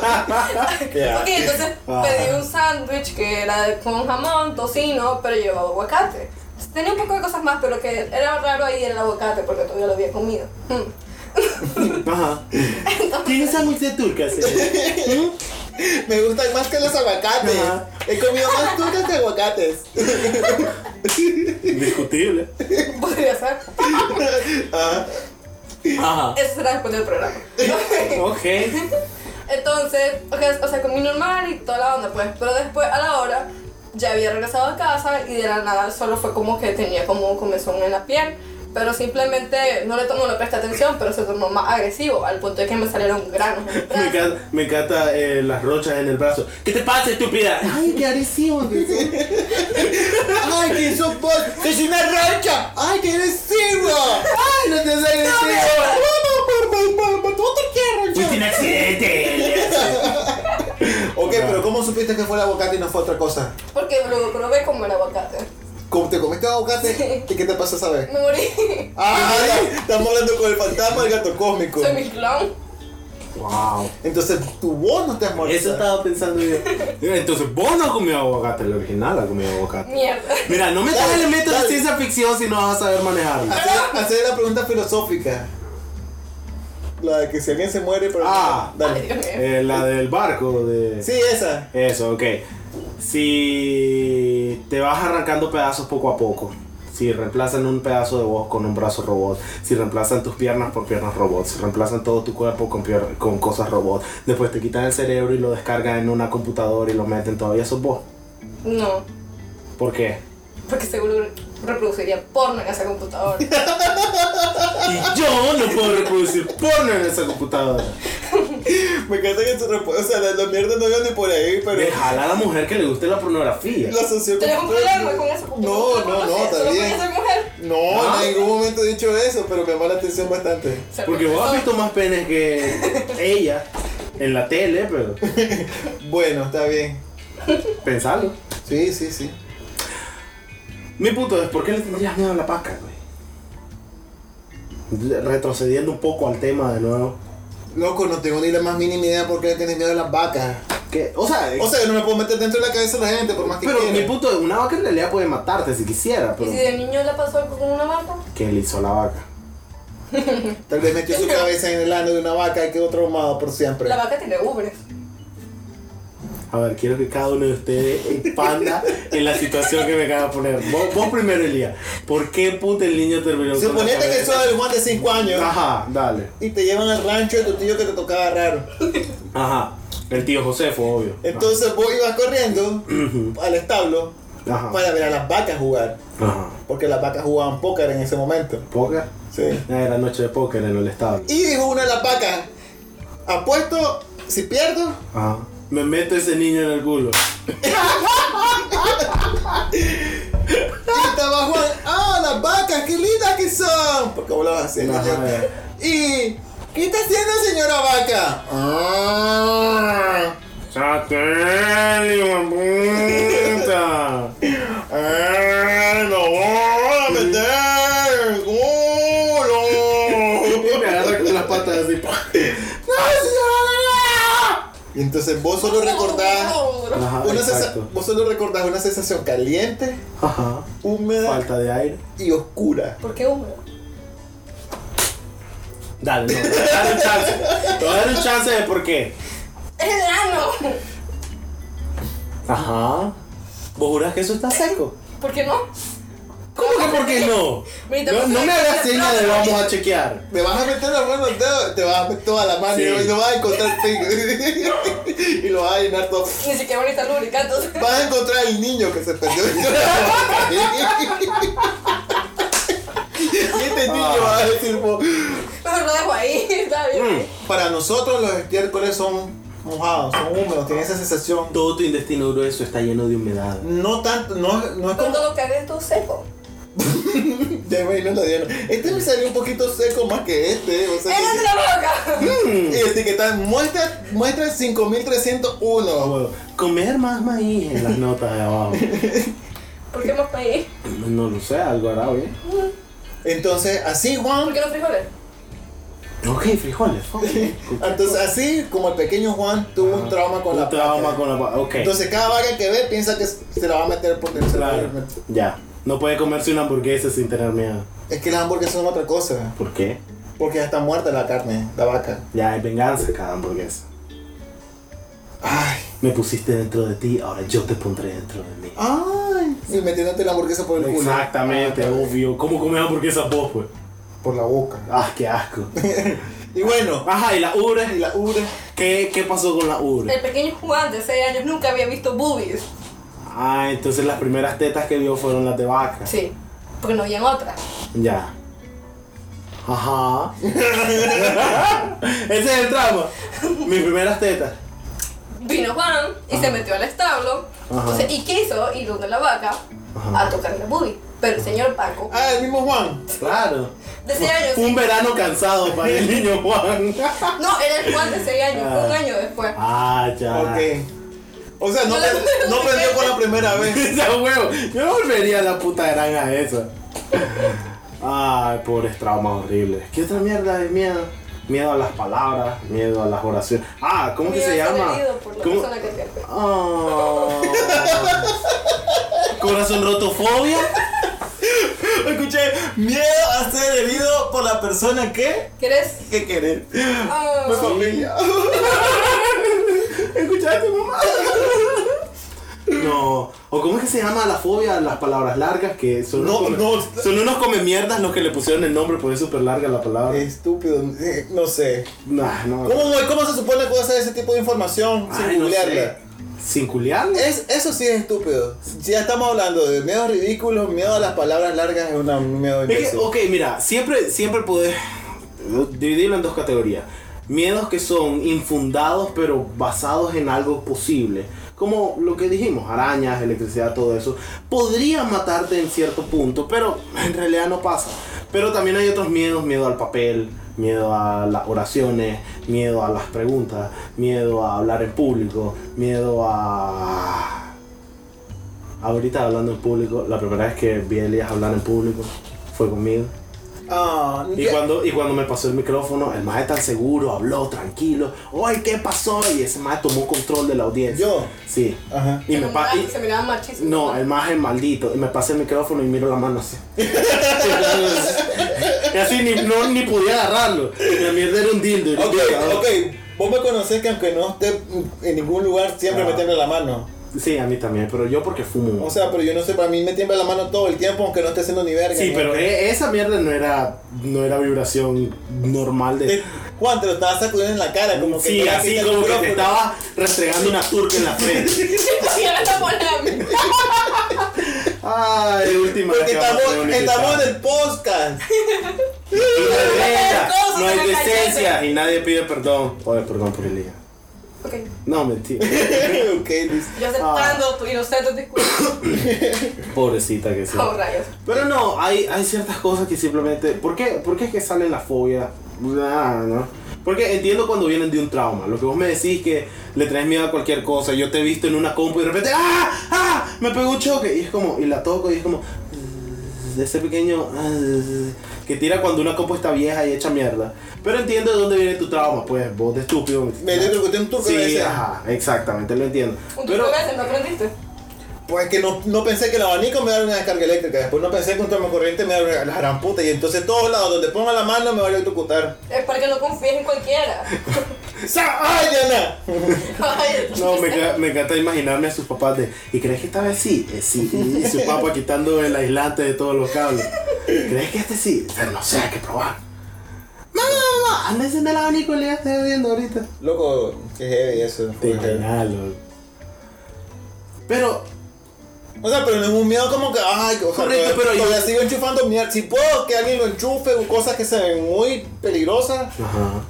S3: Ok, entonces
S1: Ah.
S3: pedí un sándwich que era con jamón, tocino, pero llevaba aguacate. Tenía un poco de cosas más, pero que era raro ahí era el aguacate porque todavía lo había comido. Hmm.
S1: Ajá. ¿Tienes sándwich de turca, señor?
S2: Me gustan más que los aguacates.
S1: Ajá.
S2: He comido más turcas que aguacates.
S1: Discutible.
S3: Podría ser.
S2: Ajá.
S1: Ajá.
S3: Eso será después del programa.
S1: Ok.
S3: Entonces, ok, o sea, comí normal y toda la onda, pues. Pero después, a la hora, ya había regresado a casa y de la nada solo fue como que tenía como un comezón en la piel. Pero simplemente no le tomó, no presta atención, pero se tornó más agresivo al punto de que me salieron granos. en el
S1: Me
S3: brazo.
S1: encanta, me encanta, eh, las rochas en el brazo. ¿Qué te pasa, estúpida?
S4: Ay, qué agresivo que sos. Ay, que sos
S2: pues,
S4: vos. Es una rancha. Ay, qué agresivo. Ay, no te sale agresivo. Vamos, por, por, por, por otra
S1: Fuiste un accidente.
S2: Ok, pero ¿cómo supiste que fue el aguacate y no fue otra cosa?
S3: Porque luego probé como el aguacate.
S2: ¿Cómo te comiste aguacate? ¿Y qué te pasó esa vez?
S3: Me morí.
S2: Ay, estamos hablando con el fantasma del gato cósmico.
S3: Soy mi clon.
S1: Wow.
S2: Entonces, tu voz no te has muerto.
S4: Eso estaba pensando yo.
S1: Entonces vos no has comido aguacate, el original ha comido aguacate.
S3: Mierda.
S1: Mira, no metas
S2: Dale,
S1: elementos de
S2: dale.
S1: ciencia ficción si no vas a saber manejarlo.
S2: Hacer, hacer la pregunta filosófica. La de que si alguien se muere, pero.
S1: Ah.
S3: Ay,
S2: dale.
S3: Dios mío.
S1: Eh, la del barco de.
S2: Sí, esa.
S1: Eso, ok. Si te vas arrancando pedazos poco a poco, si reemplazan un pedazo de voz con un brazo robot, si reemplazan tus piernas por piernas robot, si reemplazan todo tu cuerpo con, pier- con cosas robot, después te quitan el cerebro y lo descargan en una computadora y lo meten, todavía sos vos.
S3: No,
S1: ¿Por qué?
S3: porque seguro reproduciría porno en esa computadora.
S1: Y yo no puedo reproducir porno en esa computadora.
S2: Me encanta que tu respuesta. O sea, la, la mierda no iba ni por ahí, pero.
S1: Dejala a la mujer que le guste la pornografía.
S2: La asoció con-
S3: ¿Tenemos un problema con esa
S2: No,
S3: computadora?
S2: no, no, está
S3: Solo
S2: bien.
S3: porque soy mujer.
S2: No,
S1: ¿No?
S2: en ningún momento he dicho eso, pero me llamó la atención bastante.
S1: Porque vos has visto más penes que ella en la tele, pero
S2: Bueno, está bien.
S1: pensalo.
S2: Sí, sí, sí.
S1: Mi punto es, ¿por qué le tendrías miedo a la paca, güey? Le- Retrocediendo un poco al tema de nuevo.
S2: Loco, no tengo ni la más mínima idea por qué le tienes miedo a las vacas.
S1: Que, o sea,
S2: O sea, yo no me puedo meter dentro de la cabeza de la gente por más que
S1: pero
S2: quiera.
S1: mi punto es, una vaca en realidad puede matarte si quisiera,
S3: ¿Y
S1: pero
S3: si de niño la pasó algo con una mata?
S1: ¿qué le hizo a la vaca?
S2: Tal vez metió su cabeza en el ano de una vaca y quedó traumado por siempre.
S3: La vaca tiene ubres.
S1: A ver, quiero que cada uno de ustedes expanda en la situación que me acaba de poner. Vos, vos primero, Elías. ¿Por qué puta el niño terminó con la
S2: Suponete que
S1: cabeza? Ah,
S2: sos el Juan de 5 años
S1: Ajá, dale.
S2: y te llevan al rancho de tu tío que te tocaba raro.
S1: Ajá. El tío Josefo, obvio.
S2: Entonces vos ibas corriendo al establo
S1: Ajá.
S2: para ver a las vacas jugar.
S1: Ajá.
S2: Porque las vacas jugaban póker en ese momento.
S1: ¿Póker? Ah,
S2: Sí.
S1: Era noche de póker en el estado.
S2: Y dijo una de las vacas, apuesto, si pierdo,
S1: Ajá. Me meto ese niño en el culo.
S2: Y estaba Juan, ¡ah, las vacas, qué lindas que son! Porque vos las haces, ¿no?
S1: Ajá.
S2: Y, ¿qué está haciendo señora vaca? "Ah,
S1: ¡Satel, hijo de puta!
S2: ah, ¡No voy a meter el culo".
S1: Y me agarra con las patas así. ¡No, señora!
S2: Y entonces vos solo recordás...
S1: Ajá,
S2: Una sensa-
S1: Ah, exacto.
S2: vos solo recordás una sensación caliente,
S1: Ajá.
S2: húmeda
S1: Falta de aire.
S2: y oscura.
S3: ¿Por qué húmedo?
S1: Dale, no. Dale un chance. Te voy a dar un chance de por qué.
S3: ¡Es verano!
S1: Ajá. ¿Vos jurás que eso está seco?
S3: ¿Por qué no?
S1: ¿Cómo que por qué no? No, no me hagas señas de vamos a chequear.
S2: Me vas a meter la mano en el dedo, te vas a meter toda la mano
S1: Sí.
S2: y no vas a encontrar fin. y lo vas a llenar todo.
S3: Ni siquiera bonita lubricante.
S2: Vas a encontrar el niño que se perdió. y este niño va a decir, "Bo-
S3: Mejor lo dejo ahí, está
S1: Mm.
S3: bien.
S2: para nosotros los estiércoles son mojados, son húmedos, tienen esa sensación.
S1: Todo tu intestino grueso está lleno de humedad.
S2: No tanto, no, no es como...
S3: Cuando lo cagues todo seco.
S2: Ya me vino la diana. Este me salió un poquito seco más que este. O sea,
S3: ¡Échate la boca!
S2: que- y etiquetar, muestra, muestra 5301.
S1: Bueno, Comer más maíz en las notas de abajo. Mm.
S3: ¿Por qué más país?
S1: No lo sé, algo hará bien.
S2: Entonces, así
S3: ¿Por
S2: Juan,
S3: qué no frijoles?
S1: Ok, frijoles. ok.
S2: entonces así como el pequeño Juan tuvo un trauma con
S1: Un
S2: la
S1: trauma
S2: placa.
S1: con la pa- Ok.
S2: Entonces cada vaca que ve piensa que se la va a meter por el
S1: Claro, ya. No puede comerse una hamburguesa sin tener miedo.
S2: Es que las hamburguesas son otra cosa,
S1: ¿Por qué?
S2: porque ya está muerta la carne, la vaca.
S1: Ya es venganza cada hamburguesa.
S2: Ay,
S1: Me pusiste dentro de ti, ahora yo te pondré dentro de mí.
S2: ay, y metiéndote la hamburguesa por el culo.
S1: Exactamente, obvio. ¿Cómo comes hamburguesas vos, pues?
S2: Por la boca.
S1: Ah, qué asco.
S2: Y bueno,
S1: Ajá, y las ubres.
S2: y la ubre.
S1: ¿Qué, ¿Qué pasó con las ubres?
S3: El pequeño Juan de 6 años nunca había visto boobies.
S1: Ah, entonces las primeras tetas que vio fueron las de vaca.
S3: Sí, porque no habían otras.
S1: Ya.
S4: Ajá.
S1: Ese es el tramo. Mis primeras tetas.
S3: Vino Juan y se metió al establo. Entonces, ¿y qué hizo? Ir donde la vaca a tocar la bubi. Pero el señor Paco,
S2: Ah, el mismo Juan.
S1: Claro.
S3: de 6 años,
S1: Fue un verano cansado para el niño Juan.
S3: no, era el Juan de 6 años, un año después.
S4: Ah, ya.
S2: Ok. O sea, no,
S3: No la-
S2: pre- no prendió con la primera vez.
S1: Esa huevo. Yo no volvería a la puta granja esa. Ay, pobres traumas horribles. ¿Qué otra mierda de miedo? Miedo a las palabras, miedo a las oraciones. Ah, ¿cómo que
S3: Mira,
S1: se
S3: está
S1: llama?
S3: herido por la
S1: ¿Cómo?
S3: persona que te golpeó.
S1: Oh. Corazón rotofobia.
S2: Escuché, miedo a ser herido por la persona que.
S3: ¿Quieres?
S2: ¿Qué querés?
S3: Ah,
S1: Pues,
S2: Mi familia.
S1: ¿Escuchaste, mamá? No, o cómo es que se llama la fobia a las palabras largas que son,
S2: No,
S1: unos come,
S2: no.
S1: son unos come mierdas los que le pusieron el nombre porque es súper larga la palabra.
S2: Estúpido, eh, no sé.
S1: Nah, no.
S2: ¿Cómo, güey? ¿Cómo se supone que voy a hacer ese tipo de información sin
S1: Ay, no
S2: googlearla?
S1: sé. ¿Sin culiarla?
S2: Es, eso sí es estúpido. Si ya estamos hablando de miedos ridículos, miedo a las palabras largas es una- un miedo
S1: Es que,
S2: imbécil.
S1: ok, mira, siempre, siempre puedes dividirlo en dos categorías. Miedos que son infundados pero basados en algo posible. Como lo que dijimos, arañas, electricidad, todo eso. Podría matarte en cierto punto, pero en realidad no pasa. Pero también hay otros miedos, miedo al papel, miedo a las oraciones, miedo a las preguntas, miedo a hablar en público, miedo a... Ahorita hablando en público, la primera vez que vi a Elías hablar en público fue conmigo.
S2: Ah,
S1: Y
S2: ya-
S1: cuando, y cuando me pasó el micrófono, el maestro tan seguro, habló tranquilo. ¡Ay, qué pasó! Y ese maestro tomó control de la audiencia.
S2: Yo.
S1: Sí.
S2: Ajá.
S1: Y me
S3: era un
S1: pa-
S3: man,
S1: y-
S3: Se miraba machísimo.
S1: No, el maje maldito. Y me pasa el micrófono y miro la mano así. y así ni, no, ni podía agarrarlo. Y la mierda era un dildo. y no
S2: Ok, ah.
S1: podía-
S2: ok. Vos me conocés que aunque no esté en ningún lugar, siempre
S1: Ah.
S2: me tiembla la mano.
S1: Sí, a mí también, pero yo porque fumo.
S2: O sea, pero yo no sé, para mí me tiembla la mano todo el tiempo, aunque no esté haciendo ni verga.
S1: sí,
S2: ¿no?
S1: pero e- esa mierda no era, no era vibración normal de...
S2: Te- Juan, te lo estaba sacudiendo en la cara, como que.
S1: Sí,
S2: te
S1: así
S2: quita el
S1: como que te
S2: micrófono.
S1: estaba restregando una turca en la frente.
S3: Y ahora está poniendo.
S1: Ay, última
S2: Porque
S1: vez que vamos a
S2: estamos,
S1: tener un
S2: estamos en
S1: invitado.
S2: el podcast.
S1: Y no hay reglas,
S3: Todos
S1: No hay
S3: están en la
S1: decencia y nadie pide perdón. Oye, perdón por el día.
S3: Ok,
S1: No, mentira.
S2: ok, listo.
S3: yo aceptando
S1: Ah.
S3: tu inocente disculpa.
S1: Pobrecita que sí.
S3: Oh, rayos.
S1: Pero no, hay, hay ciertas cosas que simplemente. ¿Por qué, por qué es que salen las fobias? Ah, ¿no? Porque entiendo cuando vienen de un trauma. Lo que vos me decís que le tenés miedo a cualquier cosa. Yo te he visto en una compu y de repente. ¡Ah! ¡Ah! Me pegó un choque. Y es como. Y la toco y es como. De ese pequeño. ah, Que tira cuando una compu está vieja y hecha mierda. Pero entiendo de dónde viene tu trauma. Pues vos de estúpido.
S2: Me electrocuté un turco
S1: Sí,
S2: ese.
S1: ajá, exactamente, lo entiendo.
S3: Un
S1: Pero.
S3: turco veces no aprendiste.
S2: Pues que no, no pensé que el abanico me daba una descarga eléctrica, después no pensé que un termocorriente me daba una gran puta, y entonces todos lados donde ponga la mano me va a electrocutar.
S3: Es para que no confíes en cualquiera.
S2: ¡Sa- ¡Ay, Diana!
S3: Ay,
S1: No, me, enca- me encanta imaginarme a sus papás de. ¿Y crees que esta vez sí? Eh, sí. Y, y su papá quitando el aislante de todos los cables. ¿Crees que este sí? Eh, No sé, hay que probar. No, no, no, no. Anda a encender el abanico, le está viendo ahorita.
S2: Loco, qué heavy eso.
S1: Te
S2: fue heavy.
S1: imaginas, lol. Pero,
S2: O sea, pero no es un miedo como que, ay, o
S1: Correcto,
S2: sea, todavía-
S1: pero yo-
S2: todavía sigo enchufando mierda. Si puedo que alguien lo enchufe o cosas que se ven muy peligrosas,
S1: ajá.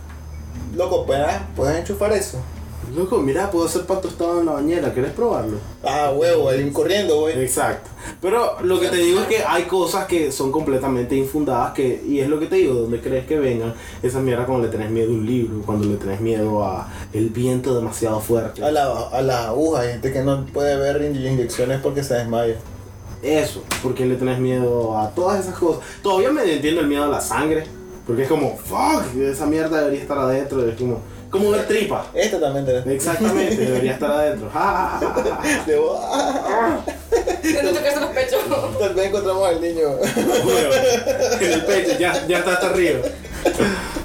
S2: loco, pues, ah, puedes enchufar eso.
S1: Loco, mira, puedo hacer pan tostado en la bañera. ¿Querés probarlo?
S2: Ah, huevo, alguien corriendo, güey.
S1: Exacto. Pero lo que te digo es que hay cosas que son completamente infundadas que, y es lo que te digo, donde crees que vengan esas mierdas cuando le tenés miedo a un libro, cuando le tenés miedo a el viento demasiado fuerte.
S2: A la, a la aguja, hay gente que no puede ver inye- inyecciones porque se desmaya.
S1: Eso, porque le tenés miedo a todas esas cosas. Todavía me entiendo el miedo a la sangre, porque es como, fuck, esa mierda debería estar adentro, es como, como ver tripa.
S2: Esta Este también te la...
S1: Exactamente, debería estar adentro. Ja, ja, ja, ja, ja.
S2: Debo- ah.
S3: Tienes que tocarse los pechos.
S2: Tal vez encontramos al niño.
S1: Huevo, en el pecho, ya, ya está hasta arriba.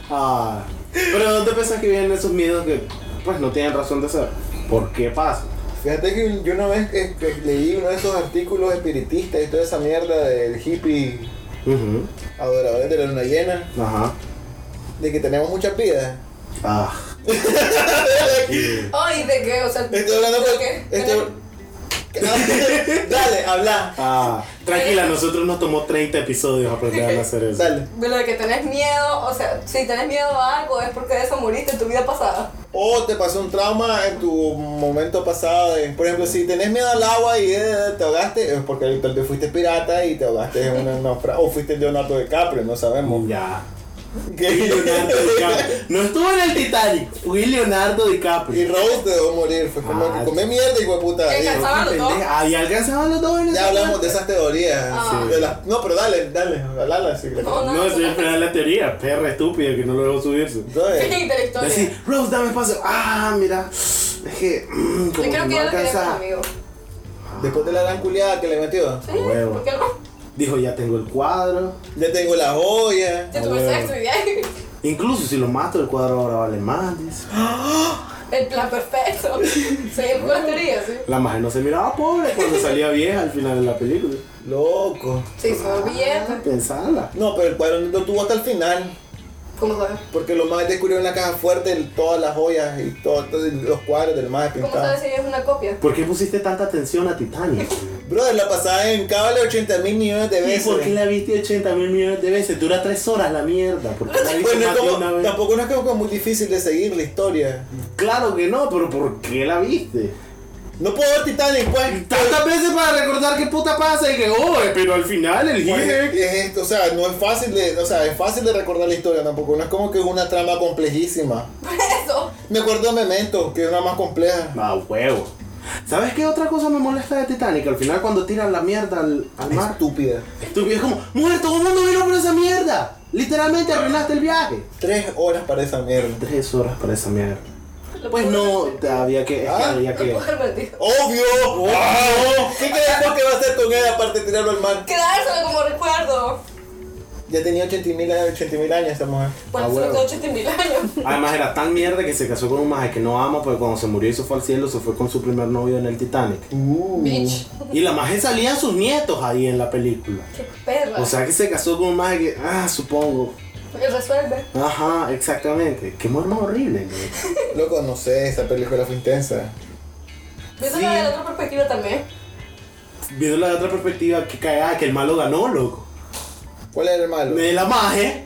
S1: Ah, pero ¿dónde piensas que vienen esos miedos que pues no tienen razón de ser? ¿Por qué pasa?
S2: Fíjate que yo una vez que, que leí uno de esos artículos espiritistas y toda esa mierda del hippie
S1: Ujú,
S2: adorador de la luna llena,
S1: Ajá.
S2: de que tenemos mucha vida.
S1: Ah.
S3: Ay, ¿de qué? O sea,
S2: Estoy hablando
S3: ¿de
S2: con.
S3: qué?
S2: estoy- Dale, habla.
S1: Ah, tranquila, a nosotros nos tomó 30 episodios aprender a hacer eso.
S2: Dale.
S3: De lo de que tenés miedo, o sea, si tenés miedo a algo es porque de eso moriste en tu vida pasada.
S2: O te pasó un trauma en tu momento pasado. de- por ejemplo, si tenés miedo al agua y eh, te ahogaste, es porque tal vez fuiste pirata y te ahogaste en una naufra- O fuiste Leonardo DiCaprio, no sabemos.
S1: Ya.
S2: Que-
S1: Leonardo DiCaprio. No estuvo en el Titanic, fui Leonardo
S2: y
S1: DiCaprio.
S2: Rose dejó morir. Fue como
S1: Ah.
S2: que comé mierda, hijo de puta.
S3: Qué
S2: Y-
S3: cansado. Estaban los dos.
S1: Ah, y alcanzaban los dos en
S2: Ya
S1: esa
S2: hablamos
S1: parte.
S2: de esas teorías.
S3: Ah.
S2: De las- no, pero dale, dale, hablala. sí, que-
S3: No,
S1: No, estoy esperando la teoría, perra estúpida que no lo dejó subirse.
S2: Entonces,
S3: Sí, de la historia.
S1: Decir, Rose, dame espacio. Ah, mira. Es que. mm,
S3: Yo
S1: como
S3: creo
S1: que
S3: que
S1: no
S3: ya lo quería
S1: alcanza.
S3: conmigo.
S2: Después de la gran culiada que le metió,
S3: Sí,
S1: Huevo.
S3: ¿por qué no?
S1: Dijo, ya tengo el cuadro.
S2: ya tengo la joya.
S3: Ya
S1: Ah,
S3: tuve
S1: huevo.
S3: sexo y ahí.
S1: Incluso si lo mato, el cuadro ahora vale más. dice.
S3: El plan perfecto. Seguimos con las teorías, ¿sí?
S1: La magia no se miraba pobre cuando salía vieja al final de la película.
S2: Loco.
S3: Sí,
S1: Ah.
S3: son billetes.
S1: Pensala.
S2: No, pero el cuadro no tuvo hasta el final.
S3: ¿Cómo sabes?
S2: Porque los más descubrieron en la caja fuerte el- todas las joyas y todos los cuadros del más
S3: ¿Cómo sabes
S2: pintados.
S3: si es una copia?
S1: ¿Por qué pusiste tanta atención a Titanic?
S2: Brother, la pasada en cable 80 mil millones de
S1: ¿Y
S2: veces.
S1: por qué la viste 80 mil millones de veces? Dura 3 horas la mierda. ¿Por qué la viste
S2: Bueno, es
S1: más de
S2: como-
S1: una vez?
S2: tampoco no es como que es muy difícil de seguir la historia.
S1: Claro que no, pero ¿por qué la viste?
S2: No puedo ver Titanic, pues.
S1: Tantas veces para recordar qué puta pasa y que, oh, pero al final el
S2: Pues,
S1: jefe.
S2: es esto, o sea, no es fácil de, o sea, es fácil de recordar la historia tampoco, no es como que es una trama complejísima.
S3: Por eso.
S2: Me acuerdo de Memento, que es una más compleja.
S1: Ah, huevo. ¿Sabes qué otra cosa me molesta de Titanic? Al final cuando tiran la mierda al, al mar.
S2: Estúpida.
S1: Estúpido, es como, muerto, todo el mundo vino por esa mierda. Literalmente arruinaste el viaje.
S2: Tres horas para esa mierda.
S1: Tres horas para esa mierda.
S3: Lo
S1: Pues no,
S3: puedo-
S1: te- había que, es que
S2: Ah,
S1: había
S3: Lo
S1: que.
S3: puedo haber metido.
S2: ¡Obvio! ¡Ah! ¿Qué crees tú que va a hacer con ella aparte de tirarlo al mar?
S3: Quedárselo como recuerdo.
S2: Ya tenía 80 mil años esta mujer.
S1: Ah,
S3: Bueno,
S1: huevo.
S3: son de 80 mil años.
S1: Además era tan mierda que se casó con un maje que no ama, porque cuando se murió y se fue al cielo, se fue con su primer novio en el Titanic. Uh.
S3: Bitch.
S1: Y la maje salía sus nietos ahí en la película.
S3: Qué perra.
S1: O sea que se casó con un maje que, ah, supongo.
S3: Porque resuelve.
S1: Ajá, exactamente. Qué mujer más horrible. ¿no?
S2: Loco, no sé, esa película fue intensa.
S3: Piensa
S1: Sí.
S3: de la otra perspectiva también.
S1: Viéndola de otra perspectiva, qué cagada, que el malo ganó, loco.
S2: ¿Cuál era el malo?
S1: De la maje.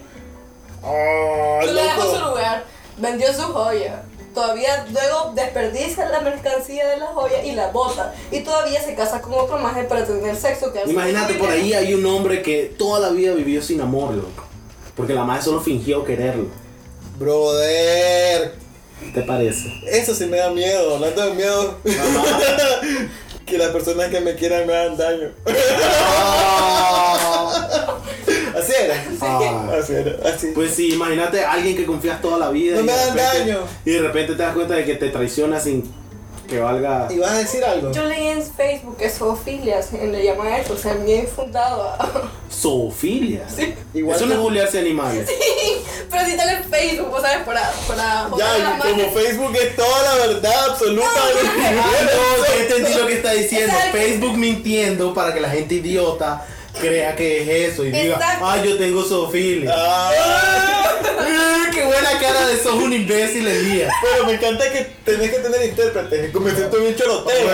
S2: Ah,
S3: Tú lo dejó en su
S2: loco.
S3: lugar, vendió su joya. Todavía luego desperdicia la mercancía de la joya y la bota. Y todavía se casa con otro maje para tener sexo. quedarse
S1: Imagínate,
S3: con
S1: por ahí
S3: dinero.
S1: hay un hombre que toda la vida vivió sin amor, loco. Porque la madre solo fingió quererlo.
S2: Brother.
S1: ¿Te parece?
S2: Eso sí me da miedo, hablando de miedo. que las personas que me quieran me hagan daño. Ah. Así era.
S1: Ah.
S2: Así era, así.
S1: Pues sí, imagínate a alguien que confías toda la vida.
S2: No
S1: y
S2: me
S1: de
S2: hagan
S1: repente-
S2: daño.
S1: Y de repente te das cuenta de que te traiciona sin que valga.
S2: ¿Y vas a decir algo?
S3: Yo leí en Facebook que zoofilia se le llama eso, o sea, bien fundado. a-
S1: Zoofilia.
S2: Igual
S1: Eso no
S2: que-
S1: es googlearse animales.
S3: Pero si tal en Facebook, vos sabes, para, para joder
S2: Ya,
S3: a las
S2: como
S3: majes.
S2: Facebook es toda la verdad absoluta.
S1: Ah, no, ya entendí lo que está diciendo.
S3: Exacto.
S1: Facebook mintiendo para que la gente idiota crea que es eso y diga,
S3: Exacto.
S1: ah, yo tengo zoofilia.
S2: Ah,
S1: Ah, ¡Qué buena cara de sos un imbécil, Elías!
S2: pero me encanta que tenés que tener intérpretes. Me siento bien choroteo.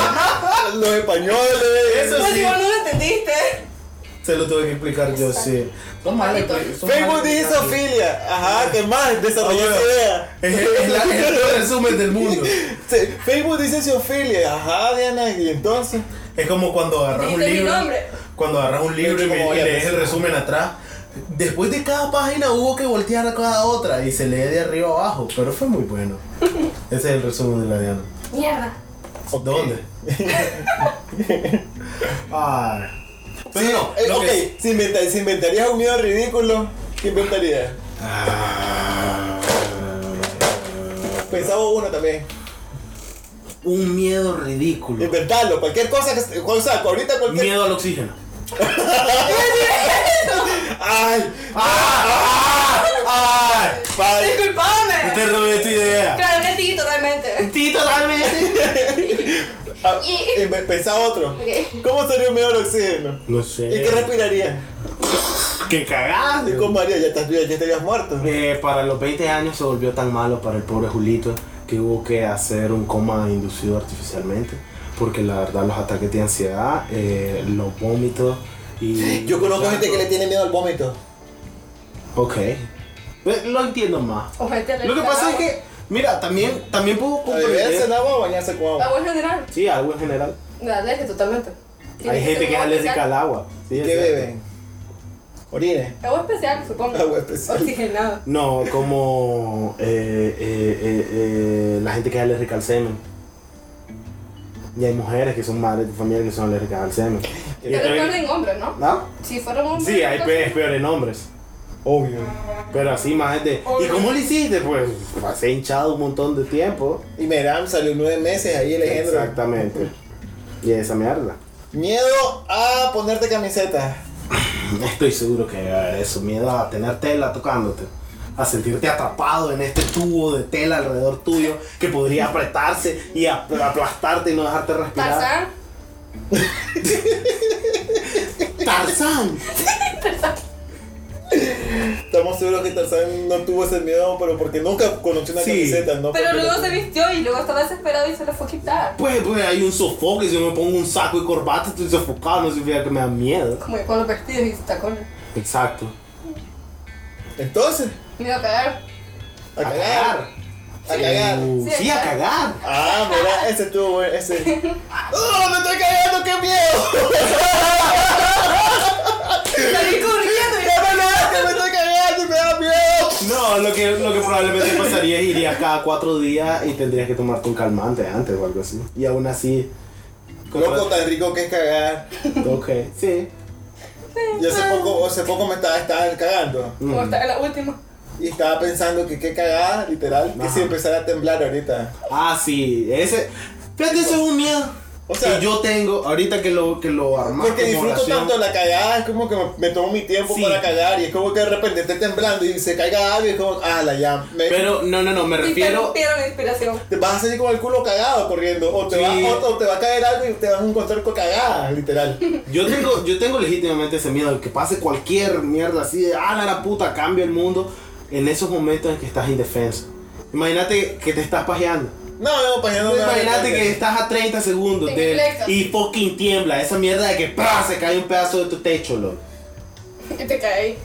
S2: Los españoles.
S1: Ah, Eso
S3: Pues
S1: sí.
S3: si vos no lo entendiste.
S1: Se lo tuve que explicar yo, sí. Son malas expli- son
S2: Facebook
S1: malas
S2: dice
S1: explicaciones.
S2: Sofía. Ajá, ¿qué más? Desarrolló
S1: Ah,
S2: esa
S1: bueno.
S2: idea.
S1: Es, es la- es el resumen del mundo.
S2: Sí, Facebook dice Sofilia, ajá Diana, y entonces.
S1: Es como cuando agarras un
S3: Dice mi
S1: libro.
S3: nombre.
S1: Cuando agarras un libro y, me- y lees el resumen atrás. Después de cada página hubo que voltear a cada otra y se lee de arriba a abajo, pero fue muy bueno. Ese es el resumen de la Diana.
S3: Mierda.
S1: ¿Dónde? Ay. Ah. Pero no,
S2: Eh,
S1: lo
S2: ok,
S1: que-
S2: si, inventa- si inventarías un miedo ridículo, ¿qué inventarías?
S1: Ah.
S2: Pensaba uno Pues también.
S1: Un miedo ridículo.
S2: Inventarlo, cualquier cosa que se- o sea, ahorita cualquier.
S1: Miedo al oxígeno.
S2: ¡Ay!
S1: ¡Ah! ¡Ah! ¡Ay!
S2: ¡Padre!
S3: Disculpame.
S1: Te robé tu idea.
S3: Claro que sí, totalmente.
S1: Sí, totalmente.
S2: Ah,
S3: Y-
S2: inve- Pensá otro.
S3: Ok.
S2: ¿Cómo sería un miedo al oxígeno?
S1: No
S2: ¿Y qué
S1: sé.
S2: respiraría?
S1: ¿Qué
S2: ¿Y
S1: cagaste?
S2: cómo haría? Ya, estás, ya estarías muerto.
S1: Eh, para los 20 años se volvió tan malo para el pobre Julito que hubo que hacer un coma inducido artificialmente. porque la verdad los ataques de ansiedad, eh, los vómitos y...
S2: Yo conozco gente que le tiene miedo al vómito.
S1: Ok. Eh, Lo entiendo más.
S3: O gente
S1: Lo que
S3: alérgica
S1: pasa
S3: al
S1: es
S3: agua.
S1: que, mira, también, también puedo
S2: A beberse
S1: comprender...
S2: el agua o bañarse con agua.
S3: Agua en general.
S1: Sí, algo en general.
S3: De alergia totalmente.
S1: Hay
S3: Tiene
S1: gente
S3: ser
S1: que es
S3: agua
S1: alérgica al
S3: especial.
S1: agua. Sí,
S2: ¿Qué
S1: es cierto.
S2: beben? Orines.
S3: Agua especial, supongo.
S2: Agua especial.
S3: Oxigenada.
S1: No, como eh, eh, eh, eh, la gente que es alérgica al semen. Y hay mujeres que son madres de familia que son alérgicas al semen. Y
S3: Pero
S1: estoy-
S3: no en hombres, ¿no?
S1: ¿No?
S3: Si fueron hombres.
S1: Sí, hay
S3: entonces-
S1: pe- peores nombres.
S2: Obvio.
S1: Pero así más gente. ¿Y cómo lo hiciste? Pues pasé hinchado un montón de tiempo.
S2: Y Meram salió nueve meses ahí Alejandro.
S1: Exactamente. Y esa mierda.
S2: Miedo a ponerte camiseta.
S1: Estoy seguro que eh, eso, miedo a tener tela tocándote, a sentirte atrapado en este tubo de tela alrededor tuyo que podría apretarse y ap- aplastarte y no dejarte respirar.
S3: Tarzán.
S1: Tarzán.
S2: Estamos seguros que Tarzán no tuvo ese miedo, pero porque nunca conoció una
S1: Sí.
S2: camiseta, ¿no?
S3: Pero
S2: Porque-
S3: luego se vistió y luego estaba desesperado y se la fue a quitar.
S1: Pues, pues hay un sofoco y si yo me pongo un saco y corbata estoy sofocado, no significa que me da miedo.
S3: Como con los vestidos y sus tacones.
S1: Exacto.
S2: Entonces,
S3: Me iba a cagar.
S2: a, cagar. A cagar.
S1: Uh,
S3: Sí,
S1: sí, a
S3: a
S1: cagar.
S2: Ah, mira, ese tuvo, buen- ese. ¡Oh, me estoy cagando! ¡Qué miedo!
S3: Salí corriendo
S2: ¡Ya me lo me estoy cagando! y ¡Me da miedo!
S1: No, lo que, lo que probablemente pasaría es irías cada cuatro días y tendrías que tomarte un calmante antes o algo así. Y aún así.
S2: Loco, tan rico que es cagar.
S1: Ok, sí.
S2: Yo hace poco, hace poco me estaba, estaba cagando.
S3: y. Como está en la última.
S2: Y estaba pensando que qué cagada, literal, que
S1: Ajá.
S2: si empezara a temblar ahorita.
S1: Ah, sí, ese. Fíjate, eso es un miedo.
S2: O sea-
S1: que yo tengo, ahorita que lo, que lo armamos.
S2: Porque disfruto tanto la cagada, es como que me, me tomo mi tiempo
S1: Sí.
S2: para cagar y es como que de repente esté temblando y se caiga algo y es como, ah, la ya, me-
S1: Pero no, no, no, me refiero.
S3: Interrumpieron la inspiración.
S2: te vas a salir con el culo cagado corriendo o te,
S1: Sí.
S2: va, o, o te va a caer algo y te vas a encontrar con cagada, literal.
S1: Yo tengo, yo tengo legítimamente ese miedo de que pase cualquier mierda así de, ah, la gran puta, cambia el mundo. En esos momentos en que estás indefenso. Imagínate que te estás pajeando.
S2: No, no, para que no me
S1: Imagínate
S2: hagan
S1: que
S2: cagar.
S1: estás a 30 segundos
S3: Te
S1: de-
S3: electas.
S1: y fucking tiembla. Esa mierda de que ¡pra! se cae un pedazo de tu techo, loco.
S3: Y te caí.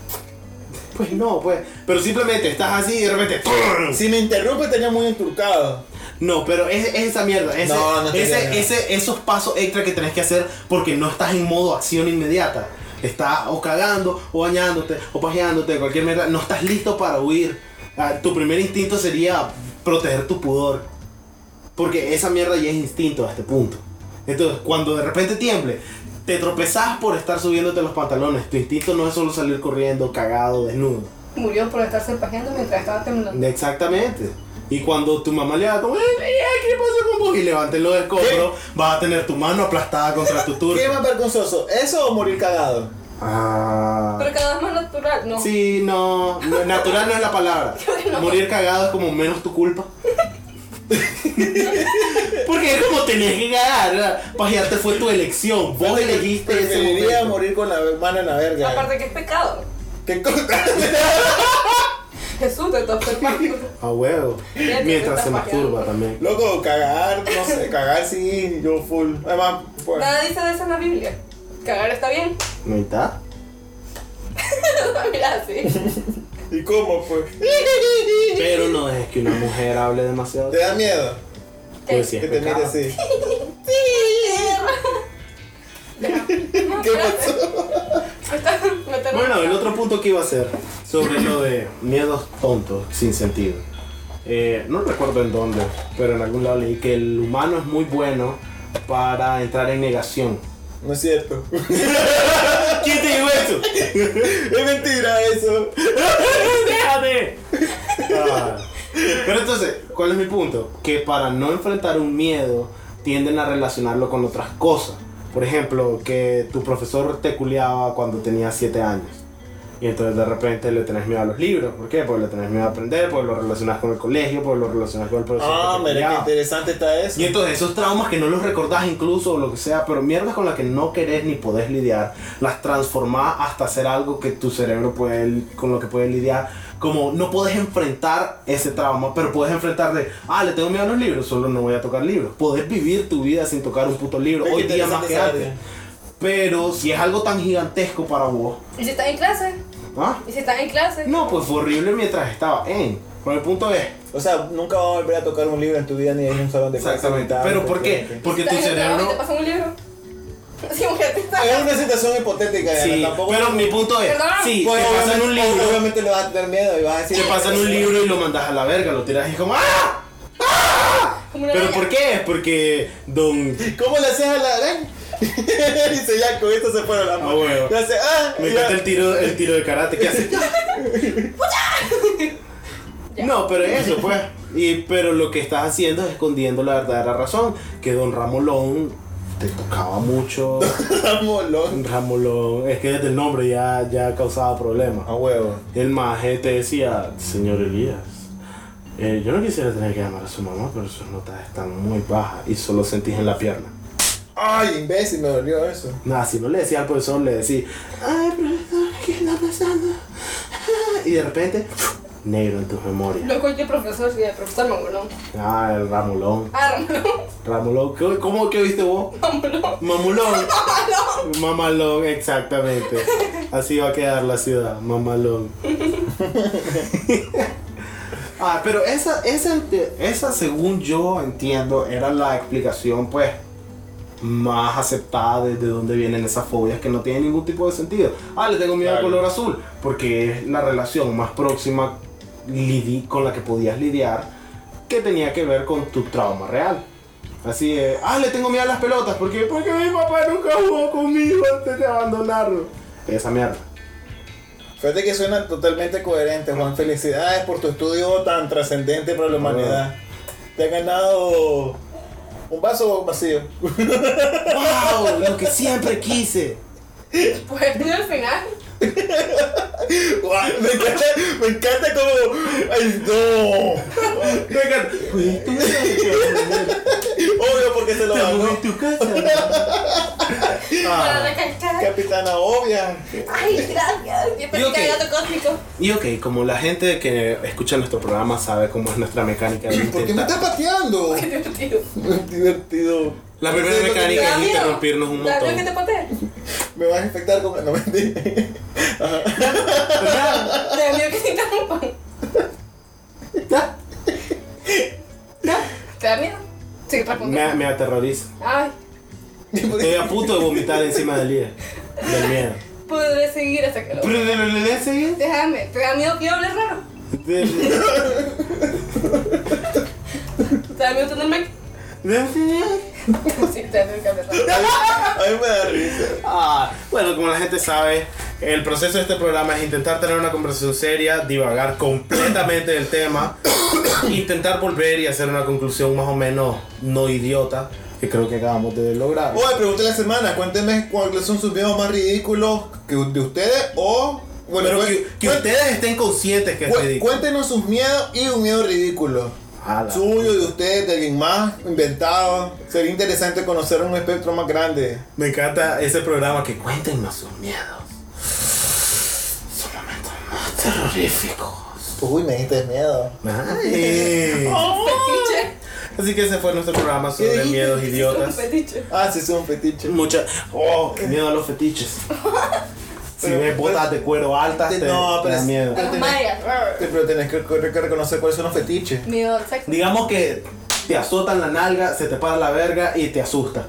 S1: Pues no, pues. Pero simplemente estás así y de repente. ¡prr!
S2: Si me interrumpe, tenía muy enturcado.
S1: No, pero es, es esa mierda. Ese,
S2: No, no te creo.
S1: ese, ese- esos pasos extra que tenés que hacer porque no estás en modo acción inmediata. Estás o cagando, o bañándote, o pajeándote, cualquier mierda. No estás listo para huir. Ah, tu primer instinto sería proteger tu pudor. Porque esa mierda ya es instinto a este punto. Entonces, cuando de repente tiemble, te tropezás por estar subiéndote los pantalones. Tu instinto no es solo salir corriendo, cagado, desnudo.
S3: Murió por estarse pajeando mientras estaba temblando.
S1: Exactamente. Y cuando tu mamá le va como, "Eh, mira, ¿qué pasó con vos? Y levante los escombros, vas a tener tu mano aplastada contra tu turno.
S2: ¿Qué es más vergonzoso, eso o morir cagado?
S1: Ah.
S3: Pero cada vez más natural, ¿no?
S1: Sí, no, no, Natural no es la palabra. Morir cagado es como menos tu culpa. Porque es como tenías que cagar, ¿verdad? Pajearte fue tu elección. Vos elegiste ese
S2: Preferiría
S1: momento.
S2: morir con la mano en la verga.
S3: Aparte que es pecado.
S2: ¿Qué cosa?
S3: Jesús de todas formas.
S1: A Ah, huevo.
S3: Fíjate,
S1: Mientras
S3: estás
S1: se masturba
S3: pajeando.
S1: también.
S2: Loco, cagar, no sé, cagar sí, yo full. Además, pues.
S3: Nada dice de eso en la Biblia. Cagar está bien.
S1: ¿No está?
S3: Mira, sí.
S2: ¿Y cómo, pues?
S1: Pero no dejes que una mujer hable demasiado.
S2: ¿Te da miedo?
S1: Pues sí, es
S2: Que te mire
S1: pecado.
S2: así.
S3: ¿Qué pasó?
S1: Bueno, el otro punto que iba a hacer sobre lo de miedos tontos, sin sentido. Eh, no recuerdo en dónde, pero en algún lado leí que el humano es muy bueno para entrar en negación.
S2: No es cierto.
S1: ¿Quién te dijo eso?
S2: es mentira eso.
S1: ¡Déjame! Ah. Pero entonces, ¿cuál es mi punto? Que para no enfrentar un miedo, tienden a relacionarlo con otras cosas. Por ejemplo, que tu profesor te culeaba cuando tenías 7 años. Y entonces de repente le tenés miedo a los libros. ¿Por qué? Porque le tenés miedo a aprender, porque lo relacionas con el colegio, porque lo relacionas con el profesor.
S2: Ah,
S1: que te
S2: mira, qué
S1: culeaba.
S2: interesante está eso.
S1: Y entonces esos traumas que no los recordás incluso o lo que sea, pero mierdas con las que no querés ni podés lidiar, las transformás hasta hacer algo que tu cerebro puede, con lo que puede lidiar, como no puedes enfrentar ese trauma, pero puedes enfrentar de, ah, le tengo miedo a los libros, solo no voy a tocar libros. Podés vivir tu vida sin tocar un puto libro,
S2: Ve qué
S1: hoy día más
S2: interesante
S1: que
S2: esa
S1: antes.
S2: área.
S1: Pero si es algo tan gigantesco para vos,
S3: ¿Y si estás en clase?
S1: ¿ah?
S3: ¿Y si estás en clase?
S1: No, pues fue horrible mientras estaba en. Pero el punto es,
S2: O sea, nunca vas a volver a tocar un libro en tu vida ni en un salón de clase. ni
S1: exactamente.
S2: nada,
S1: ¿Pero por
S2: porque-
S1: qué? Porque tu
S3: ¿Estás en el trabajo y te
S1: cerebro.
S3: pasa un libro? Sí, mujer, te está...
S2: Es una situación hipotética, ya,
S1: Sí,
S2: Eh, tampoco.
S1: pero mi punto es,
S3: Perdón.
S1: sí, te
S2: Pues,
S1: pasan un
S2: obviamente-
S1: libro,
S2: Obviamente le vas a tener miedo y vas a decir.
S1: te pasan un libro y lo mandas a la verga, lo tiras y es como ¡Ah!
S3: Como una
S1: ¿Pero
S3: araña.
S1: por qué? Es porque Don
S2: ¿Cómo le haces a la araña? Dice ya, con esto se fueron las
S1: Ah,
S2: manos.
S1: bueno.
S2: Le hace, ah,
S1: Me
S2: y ya.
S1: encanta el tiro, el tiro de karate que hace.
S3: Ya.
S1: No, pero eso pues. Y, pero lo que estás haciendo es escondiendo la verdadera razón. Que Don Ramolón te tocaba mucho.
S2: Ramolón.
S1: Ramolón, es que desde el nombre ya, ya causaba problemas.
S2: A huevo.
S1: El maje te decía, señor Elías, eh, yo no quisiera tener que llamar a su mamá, pero sus notas están muy bajas y solo sentís en la pierna.
S2: Ay, imbécil, me dolió eso.
S1: Nada, si no le decía al profesor, le decía, ay, profesor, ¿qué está pasando? Y de repente, negro en tus memorias.
S3: Loco, yo profesor, sí, el profesor Mangolón.
S1: Ah, el Ramulón.
S3: Ah, Ramolón,
S1: Ramulón, ¿Qué- ¿cómo que viste vos?
S3: Mangolón.
S1: Mamulón.
S3: Mamalón.
S1: Mamalón, exactamente. Así va a quedar la ciudad, mamalón. ah, pero esa, esa, ente- esa, según yo entiendo, era la explicación, pues, más aceptada desde donde vienen esas fobias que no tienen ningún tipo de sentido. Ah, le tengo miedo al
S2: Claro.
S1: color azul, porque es la relación más próxima lidi- con la que podías lidiar que tenía que ver con tu trauma real. Así de, ah, le tengo miedo a las pelotas, porque, porque mi papá nunca jugó conmigo antes de abandonarlo. Esa mierda.
S2: Fíjate que suena totalmente coherente,
S1: Ah.
S2: Juan. Felicidades por tu estudio tan trascendente para la humanidad. Te has ganado un vaso vacío.
S1: ¡Wow! Lo que siempre quise.
S3: Pues yo al final.
S2: Guau, me encanta, me encanta como. ¡Ay, no!
S1: Venga, fui tu casa.
S2: Obvio porque se lo
S1: Te
S2: ganó.
S1: mudé a tu casa.
S3: Para
S1: Ah,
S3: recalcar.
S2: Capitana obvia.
S3: Ay, gracias. Yo
S1: Digo
S3: pensé que
S1: que-
S3: era gato cósmico.
S1: y ok, como la gente que escucha nuestro programa sabe cómo es nuestra mecánica de
S2: ¿Por qué me
S1: intentar-
S2: estás pateando?
S3: Qué divertido.
S2: Divertido.
S1: La primera mecánica
S3: ¿Te da
S1: es
S3: miedo?
S1: interrumpirnos un
S3: ¿Te da miedo
S1: montón.
S3: que te patee?
S2: Me vas a infectar completamente.
S3: ¿Te da miedo que te interrumpan? ¿Te da miedo? Sí,
S1: Me,
S3: respondo.
S1: me aterroriza.
S3: Ay,
S1: Estoy a punto de vomitar encima del líder. Del miedo.
S3: podré seguir hasta que lo...
S1: Pero de la idea sigue.
S3: Déjame, ¿te da miedo que yo hable raro?
S1: De- de-
S3: ¿Te da miedo tenerme aquí?
S1: de-
S3: Sí, te da miedo que hable raro.
S2: A mí me da risa.
S1: Ah, bueno, como la gente sabe, el proceso de este programa es intentar tener una conversación seria, divagar completamente del tema, intentar volver y hacer una conclusión más o menos no idiota, que creo que acabamos de lograr.
S2: Oye, pregunta de la semana. Cuéntenme cuáles son sus videos más ridículos que de ustedes o. Bueno,
S1: Pero
S2: cuen-
S1: que, que
S2: cuen-
S1: ustedes estén conscientes que es
S2: cuen-
S1: ridículo.
S2: Cuéntenos sus miedos y un miedo ridículo.
S1: Ala.
S2: Suyo, de ustedes, de alguien más, inventado. Sería interesante conocer un espectro más grande.
S1: Me encanta ese programa que cuéntenos sus miedos. Sus momentos más terroríficos.
S2: Uy, me diste miedo.
S1: Ay.
S3: Fetiche.
S1: Así que ese fue nuestro programa
S2: ¿Qué
S1: sobre
S2: dijiste?
S1: miedos
S3: Un
S1: idiotas.
S3: fetiche.
S2: Ah, sí, es un fetiche.
S1: Mucha. Oh, qué miedo a los fetiches. si
S2: Pero-
S1: ves botas de cuero altas, te,
S2: No,
S1: te
S2: pero
S1: da
S2: es-
S1: miedo.
S3: A los mayas.
S2: Sí, pero tenés que, que reconocer cuáles son los fetiches.
S3: Miedo al sexo.
S1: Digamos que te azotan la nalga, se te para la verga y te asusta.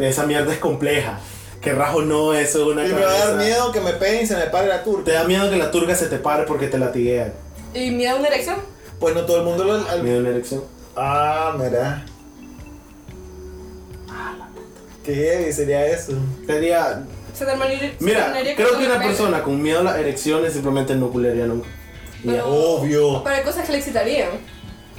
S1: Esa mierda es compleja. Que rajo no, eso es una
S2: Y me va a dar
S1: cabeza.
S2: miedo que me peguen y se me pare la
S1: Te
S2: turca.
S1: da miedo que la turga se te pare porque te latiguean.
S3: ¿Y miedo a una erección?
S2: Pues no todo el mundo lo. al-
S1: Miedo a una erección.
S2: Ah, mira. Qué heavy sería eso.
S1: Sería.
S3: Se te armaría- se te
S1: Mira,
S3: armaría
S1: creo
S3: con
S1: que una
S3: pene.
S1: persona con miedo a las erecciones simplemente no culería nunca. Y ya.
S3: Pero-
S2: Obvio.
S3: Para cosas que le excitarían.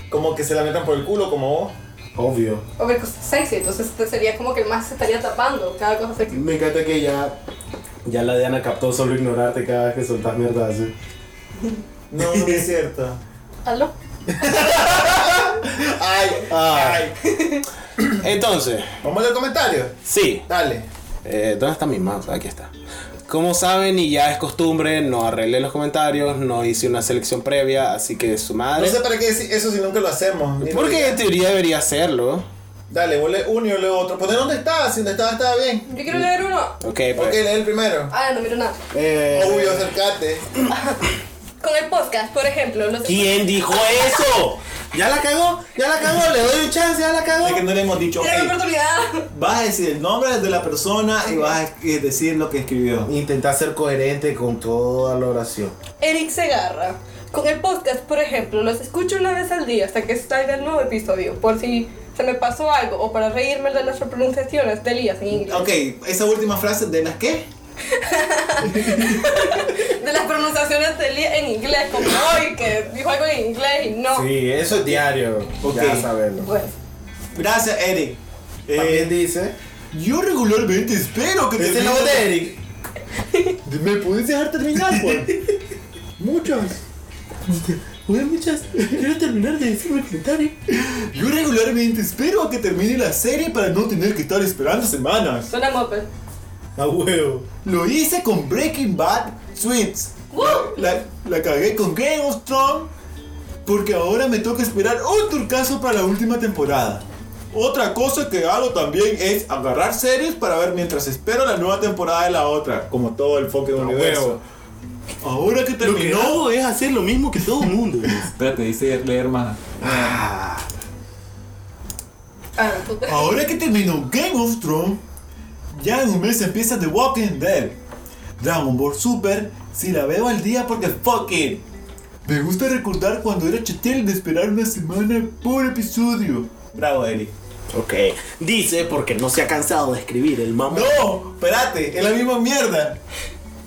S2: Como que se la metan por el culo, como vos.
S1: Obvio.
S3: O ver cosas sexy. Entonces este sería como que el más se estaría tapando cada cosa sexy.
S1: Me encanta que ya. Ya la Diana captó solo ignorarte cada vez que soltas mierda así.
S2: No, no es cierto.
S3: ¿Aló?
S2: Ay,
S1: Ah.
S2: ay.
S1: Entonces,
S2: Vamos al comentario.
S1: sí.
S2: Dale.
S1: Eh, ¿Dónde está mi mouse? Aquí está.
S5: Como saben y ya es costumbre, no arreglé los comentarios, no hice una selección previa, así que su
S6: No
S5: madre.
S6: sé para qué decir eso si nunca lo hacemos.
S5: Porque en teoría debería hacerlo.
S6: Dale, vole uno y vole otro. Poner dónde estaba, si dónde estaba estaba bien.
S3: Yo quiero leer uno.
S5: Ok,
S6: Ok,
S5: pues.
S6: lee el primero.
S3: Ah, no miro nada.
S5: Eh,
S6: Obvio, acercate.
S3: Con el podcast, por ejemplo, los
S1: ¿Quién dijo eso?
S5: ya la cagó, ya la cagó, le doy un chance, ya la
S2: Es que
S5: cagó.
S2: no le hemos dicho,
S3: Le doy
S2: "Hey,
S3: oportunidad.
S2: vas a decir el nombre de la persona y vas a decir lo que escribió.
S5: Intenta ser coherente con toda la oración.
S3: Eric Segarra. Con el podcast, por ejemplo, los escucho una vez al día hasta que salga el nuevo episodio, por si se me pasó algo o para reírme de las pronunciaciones de Elías en inglés.
S2: Ok, esa última frase de las que
S3: De las pronunciaciones de Elías en inglés, como hoy que dijo algo en inglés y no.
S5: Sí, eso es diario.
S2: Ok.
S5: Ya sabemos.
S3: Pues,
S2: Gracias, Eric. Eh,
S5: También dice. "Este
S2: yo regularmente espero que
S5: Esa
S2: te
S5: es la voz de Eric.
S6: ¿Me pudiste dejar terminar, Juan? Muchas.
S2: Hola muchas, quiero terminar de decir mi comentario. Yo regularmente espero a que termine la serie para no tener que estar esperando semanas.
S3: suena moped.
S2: A huevo. Lo hice con Breaking Bad Sweets.
S3: ¡Woo!
S2: La, la cagué con Game of Thrones porque ahora me toca esperar otro caso para la última temporada. Otra cosa que hago también es agarrar series para ver mientras espero la nueva temporada de la otra, como todo el foco de universo. Ahora que
S1: Lo que
S2: terminó.
S1: no hago es hacer lo mismo que todo el mundo.
S2: Espérate, dice leer más.
S3: Ah, puta.
S2: Ahora que terminó Game of Thrones, ya en un mes empieza The Walking Dead. Dragon Ball Super, si la veo al día porque fuck it. Me gusta recordar cuando era chatel de esperar una semana por episodio. Bravo, Eric.
S1: Ok. Dice porque no se ha cansado de escribir el mamón.
S2: No, espérate, es la misma mierda.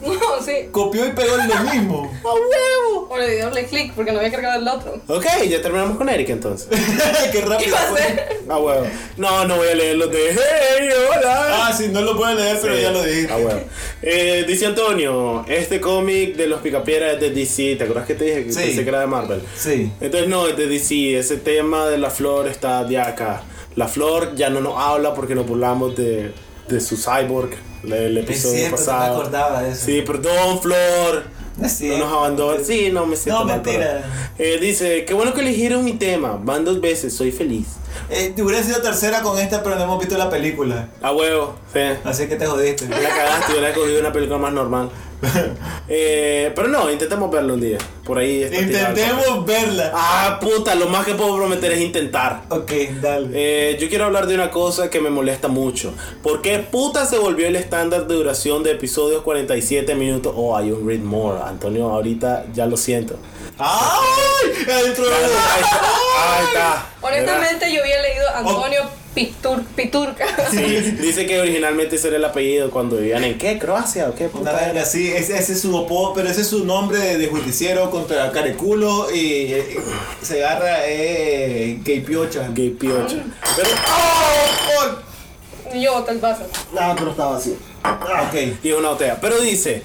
S3: No, sí.
S2: Copió y pegó en lo mismo.
S3: ¡A huevo! O le di doble clic porque no había cargado el otro.
S1: Ok, ya terminamos con Eric entonces.
S2: Qué
S3: ¿Qué
S2: rápido
S3: va a
S2: fue.
S3: hacer?
S1: Ah, huevo. No, no voy a leer lo de Hey, hola.
S2: Ah, sí, no lo pueden leer, pero ya lo
S1: Ah,
S2: dije.
S1: huevo. Eh, dice Antonio, este cómic de los picapieras es de DC. ¿Te acuerdas que te dije que
S2: Sí.
S1: pensé que era de Marvel?
S2: Sí.
S1: Entonces no, es de DC. Ese tema de la flor está de acá. La flor ya no nos habla porque nos burlamos de, de su cyborg. El, el episodio pasado.
S2: de eso.
S1: Sí, perdón, Flor.
S2: No es
S1: No nos abandonó. Sí, no me siento
S2: No,
S1: mal,
S2: mentira.
S1: pero- Eh, dice, qué bueno que eligieron mi tema. Van dos veces, soy feliz.
S2: Eh, hubiera sido tercera con esta, pero no hemos visto la película.
S1: A huevo, sí.
S2: Así que te jodiste.
S1: La cagaste, yo la he cogido una película más normal. Eh, pero no, intentemos verlo un día. Por ahí está tirado el papel.
S2: Intentemos verla.
S1: Ah, puta, lo más que puedo prometer es intentar.
S2: Ok, dale.
S1: Eh, yo quiero hablar de una cosa que me molesta mucho. ¿Por qué puta se volvió el estándar de duración de episodios 47 minutos? Oh, hay un read more. Antonio, ahorita ya lo siento.
S2: ¡Ay! Adentro de
S1: Ahí está. Ahí está.
S3: Honestamente, yo había leído Antonio Pitur- Piturca.
S1: Oh. Sí, dice que originalmente ese era el apellido cuando vivían en qué, Croacia o qué
S2: Una
S1: puta.
S2: verga, sí, ese, ese es su opo, pero ese es su nombre de, de justiciero contra Careculo y eh, se agarra eh, gay piocha.
S1: Gay piocha. Pero,
S2: ¡Oh!
S3: Y yo boté el vaso.
S5: No, pero estaba así.
S2: ¡Oh! Ok.
S1: y una botella. Pero dice,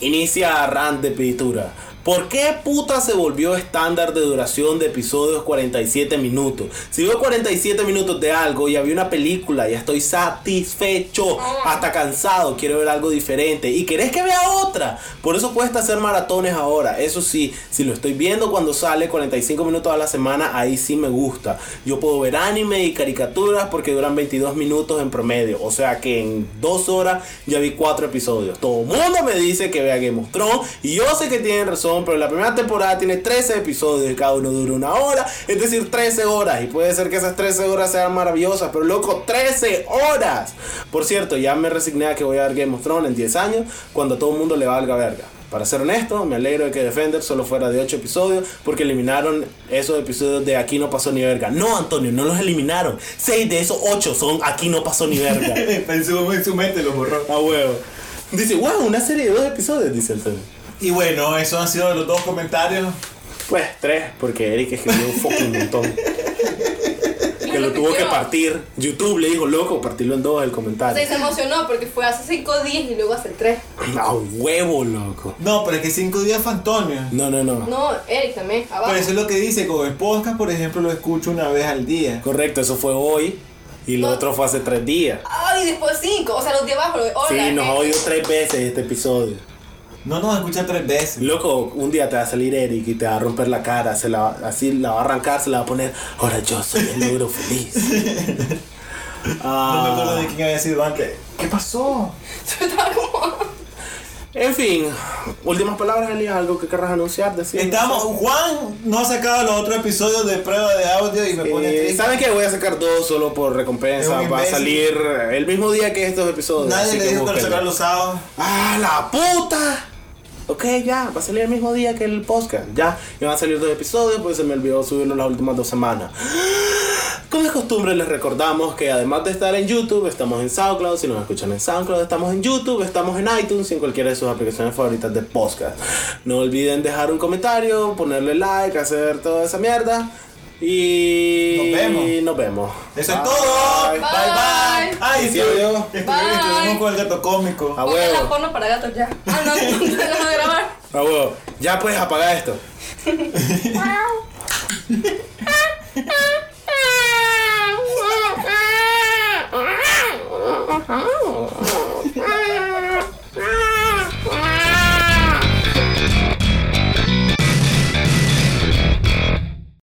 S1: inicia a rant de pintura. ¿Por qué puta se volvió estándar de duración de episodios 47 minutos? Si veo 47 minutos de algo y había una película, ya estoy satisfecho, hasta cansado, quiero ver algo diferente. Y querés que vea otra. Por eso cuesta hacer maratones ahora. Eso sí, si lo estoy viendo cuando sale 45 minutos a la semana, ahí sí me gusta. Yo puedo ver anime y caricaturas porque duran 22 minutos en promedio. O sea que en dos horas ya vi cuatro episodios. Todo el mundo me dice que vea Game of Thrones. Y yo sé que tienen razón, pero la primera temporada tiene 13 episodios y cada uno dura una hora. Es decir, 13 horas. Y puede ser que esas 13 horas sean maravillosas, pero loco, 13 horas. Por cierto, ya me resigné a que voy a ver Game of Thrones en 10 años cuando a todo el mundo le valga verga. Para ser honesto, me alegro de que Defender solo fuera de 8 episodios porque eliminaron esos episodios de Aquí no pasó ni verga. No, Antonio, no los eliminaron. 6 de esos 8 son Aquí no pasó ni verga.
S2: Pensó en su mente, lo borró.
S1: A huevo. Dice, wow, una serie de dos episodios, dice Antonio.
S2: Y bueno, esos han sido los dos comentarios.
S1: Pues tres, porque Eric escribió un fucking montón. Que lo tuvo que partir. YouTube le dijo, loco, partirlo en dos el
S3: Sí,
S1: comentario.
S3: se emocionó porque fue hace 5 días y luego hace 3.
S1: A huevo, loco.
S2: No, pero es que cinco días fue Antonio.
S1: No, no, no.
S3: No, Eric también, abajo.
S2: Pero eso es lo que dice, con el podcast, por ejemplo, lo escucho una vez al día.
S1: Correcto, eso fue hoy. Y lo
S3: No.
S1: otro fue hace tres días.
S3: Ay, después cinco. O sea, los de abajo. los de- Hola.
S1: Sí, nos
S3: eh,
S1: oído tres veces este episodio.
S2: No nos escuchan tres veces.
S1: Loco, un día te va a salir Eric y te va a romper la cara, se la, va- así la va a arrancar, se la va a poner, ahora yo soy el negro feliz.
S2: No me acuerdo
S1: Ah,
S2: de quién había sido antes.
S7: ¿Qué pasó?
S3: Yo estaba como.
S1: en fin, últimas palabras, Elías, algo que querrás anunciar, decir.
S2: Estamos, Juan no ha sacado los otros episodios de prueba de audio y me pone
S1: Eh,
S2: triste.
S1: ¿Saben qué? Voy a sacar dos solo por
S2: Es
S1: recompensa.
S2: un
S1: Va a
S2: imbécil.
S1: salir el mismo día que estos episodios. así
S2: Nadie le dijo que lo
S1: búsquenlo.
S2: sacar los sábados.
S1: ¡Ah, la puta! Ok, ya, va a salir el mismo día que el podcast. Ya, y van a salir dos episodios, pues se me olvidó subirlo las últimas dos semanas. Como es costumbre, les recordamos que además de estar en YouTube, estamos en SoundCloud. Si nos escuchan en SoundCloud, estamos en YouTube, estamos en iTunes y en cualquiera de sus aplicaciones favoritas de podcast. No olviden dejar un comentario, ponerle like, hacer toda esa mierda. Y
S2: Nos vemos.
S1: nos vemos.
S2: Eso es todo. Bye
S1: Bye.
S2: bye.
S3: Bye.
S2: Ay, sí,
S1: Sí, adiós.
S2: Es que estuvimos con el gato cómico.
S1: A
S3: Pongan la
S1: huevo.
S3: porno para gatos ya. Ah, no, no, no, no, grabar.
S1: A huevo. Ya puedes apagar esto.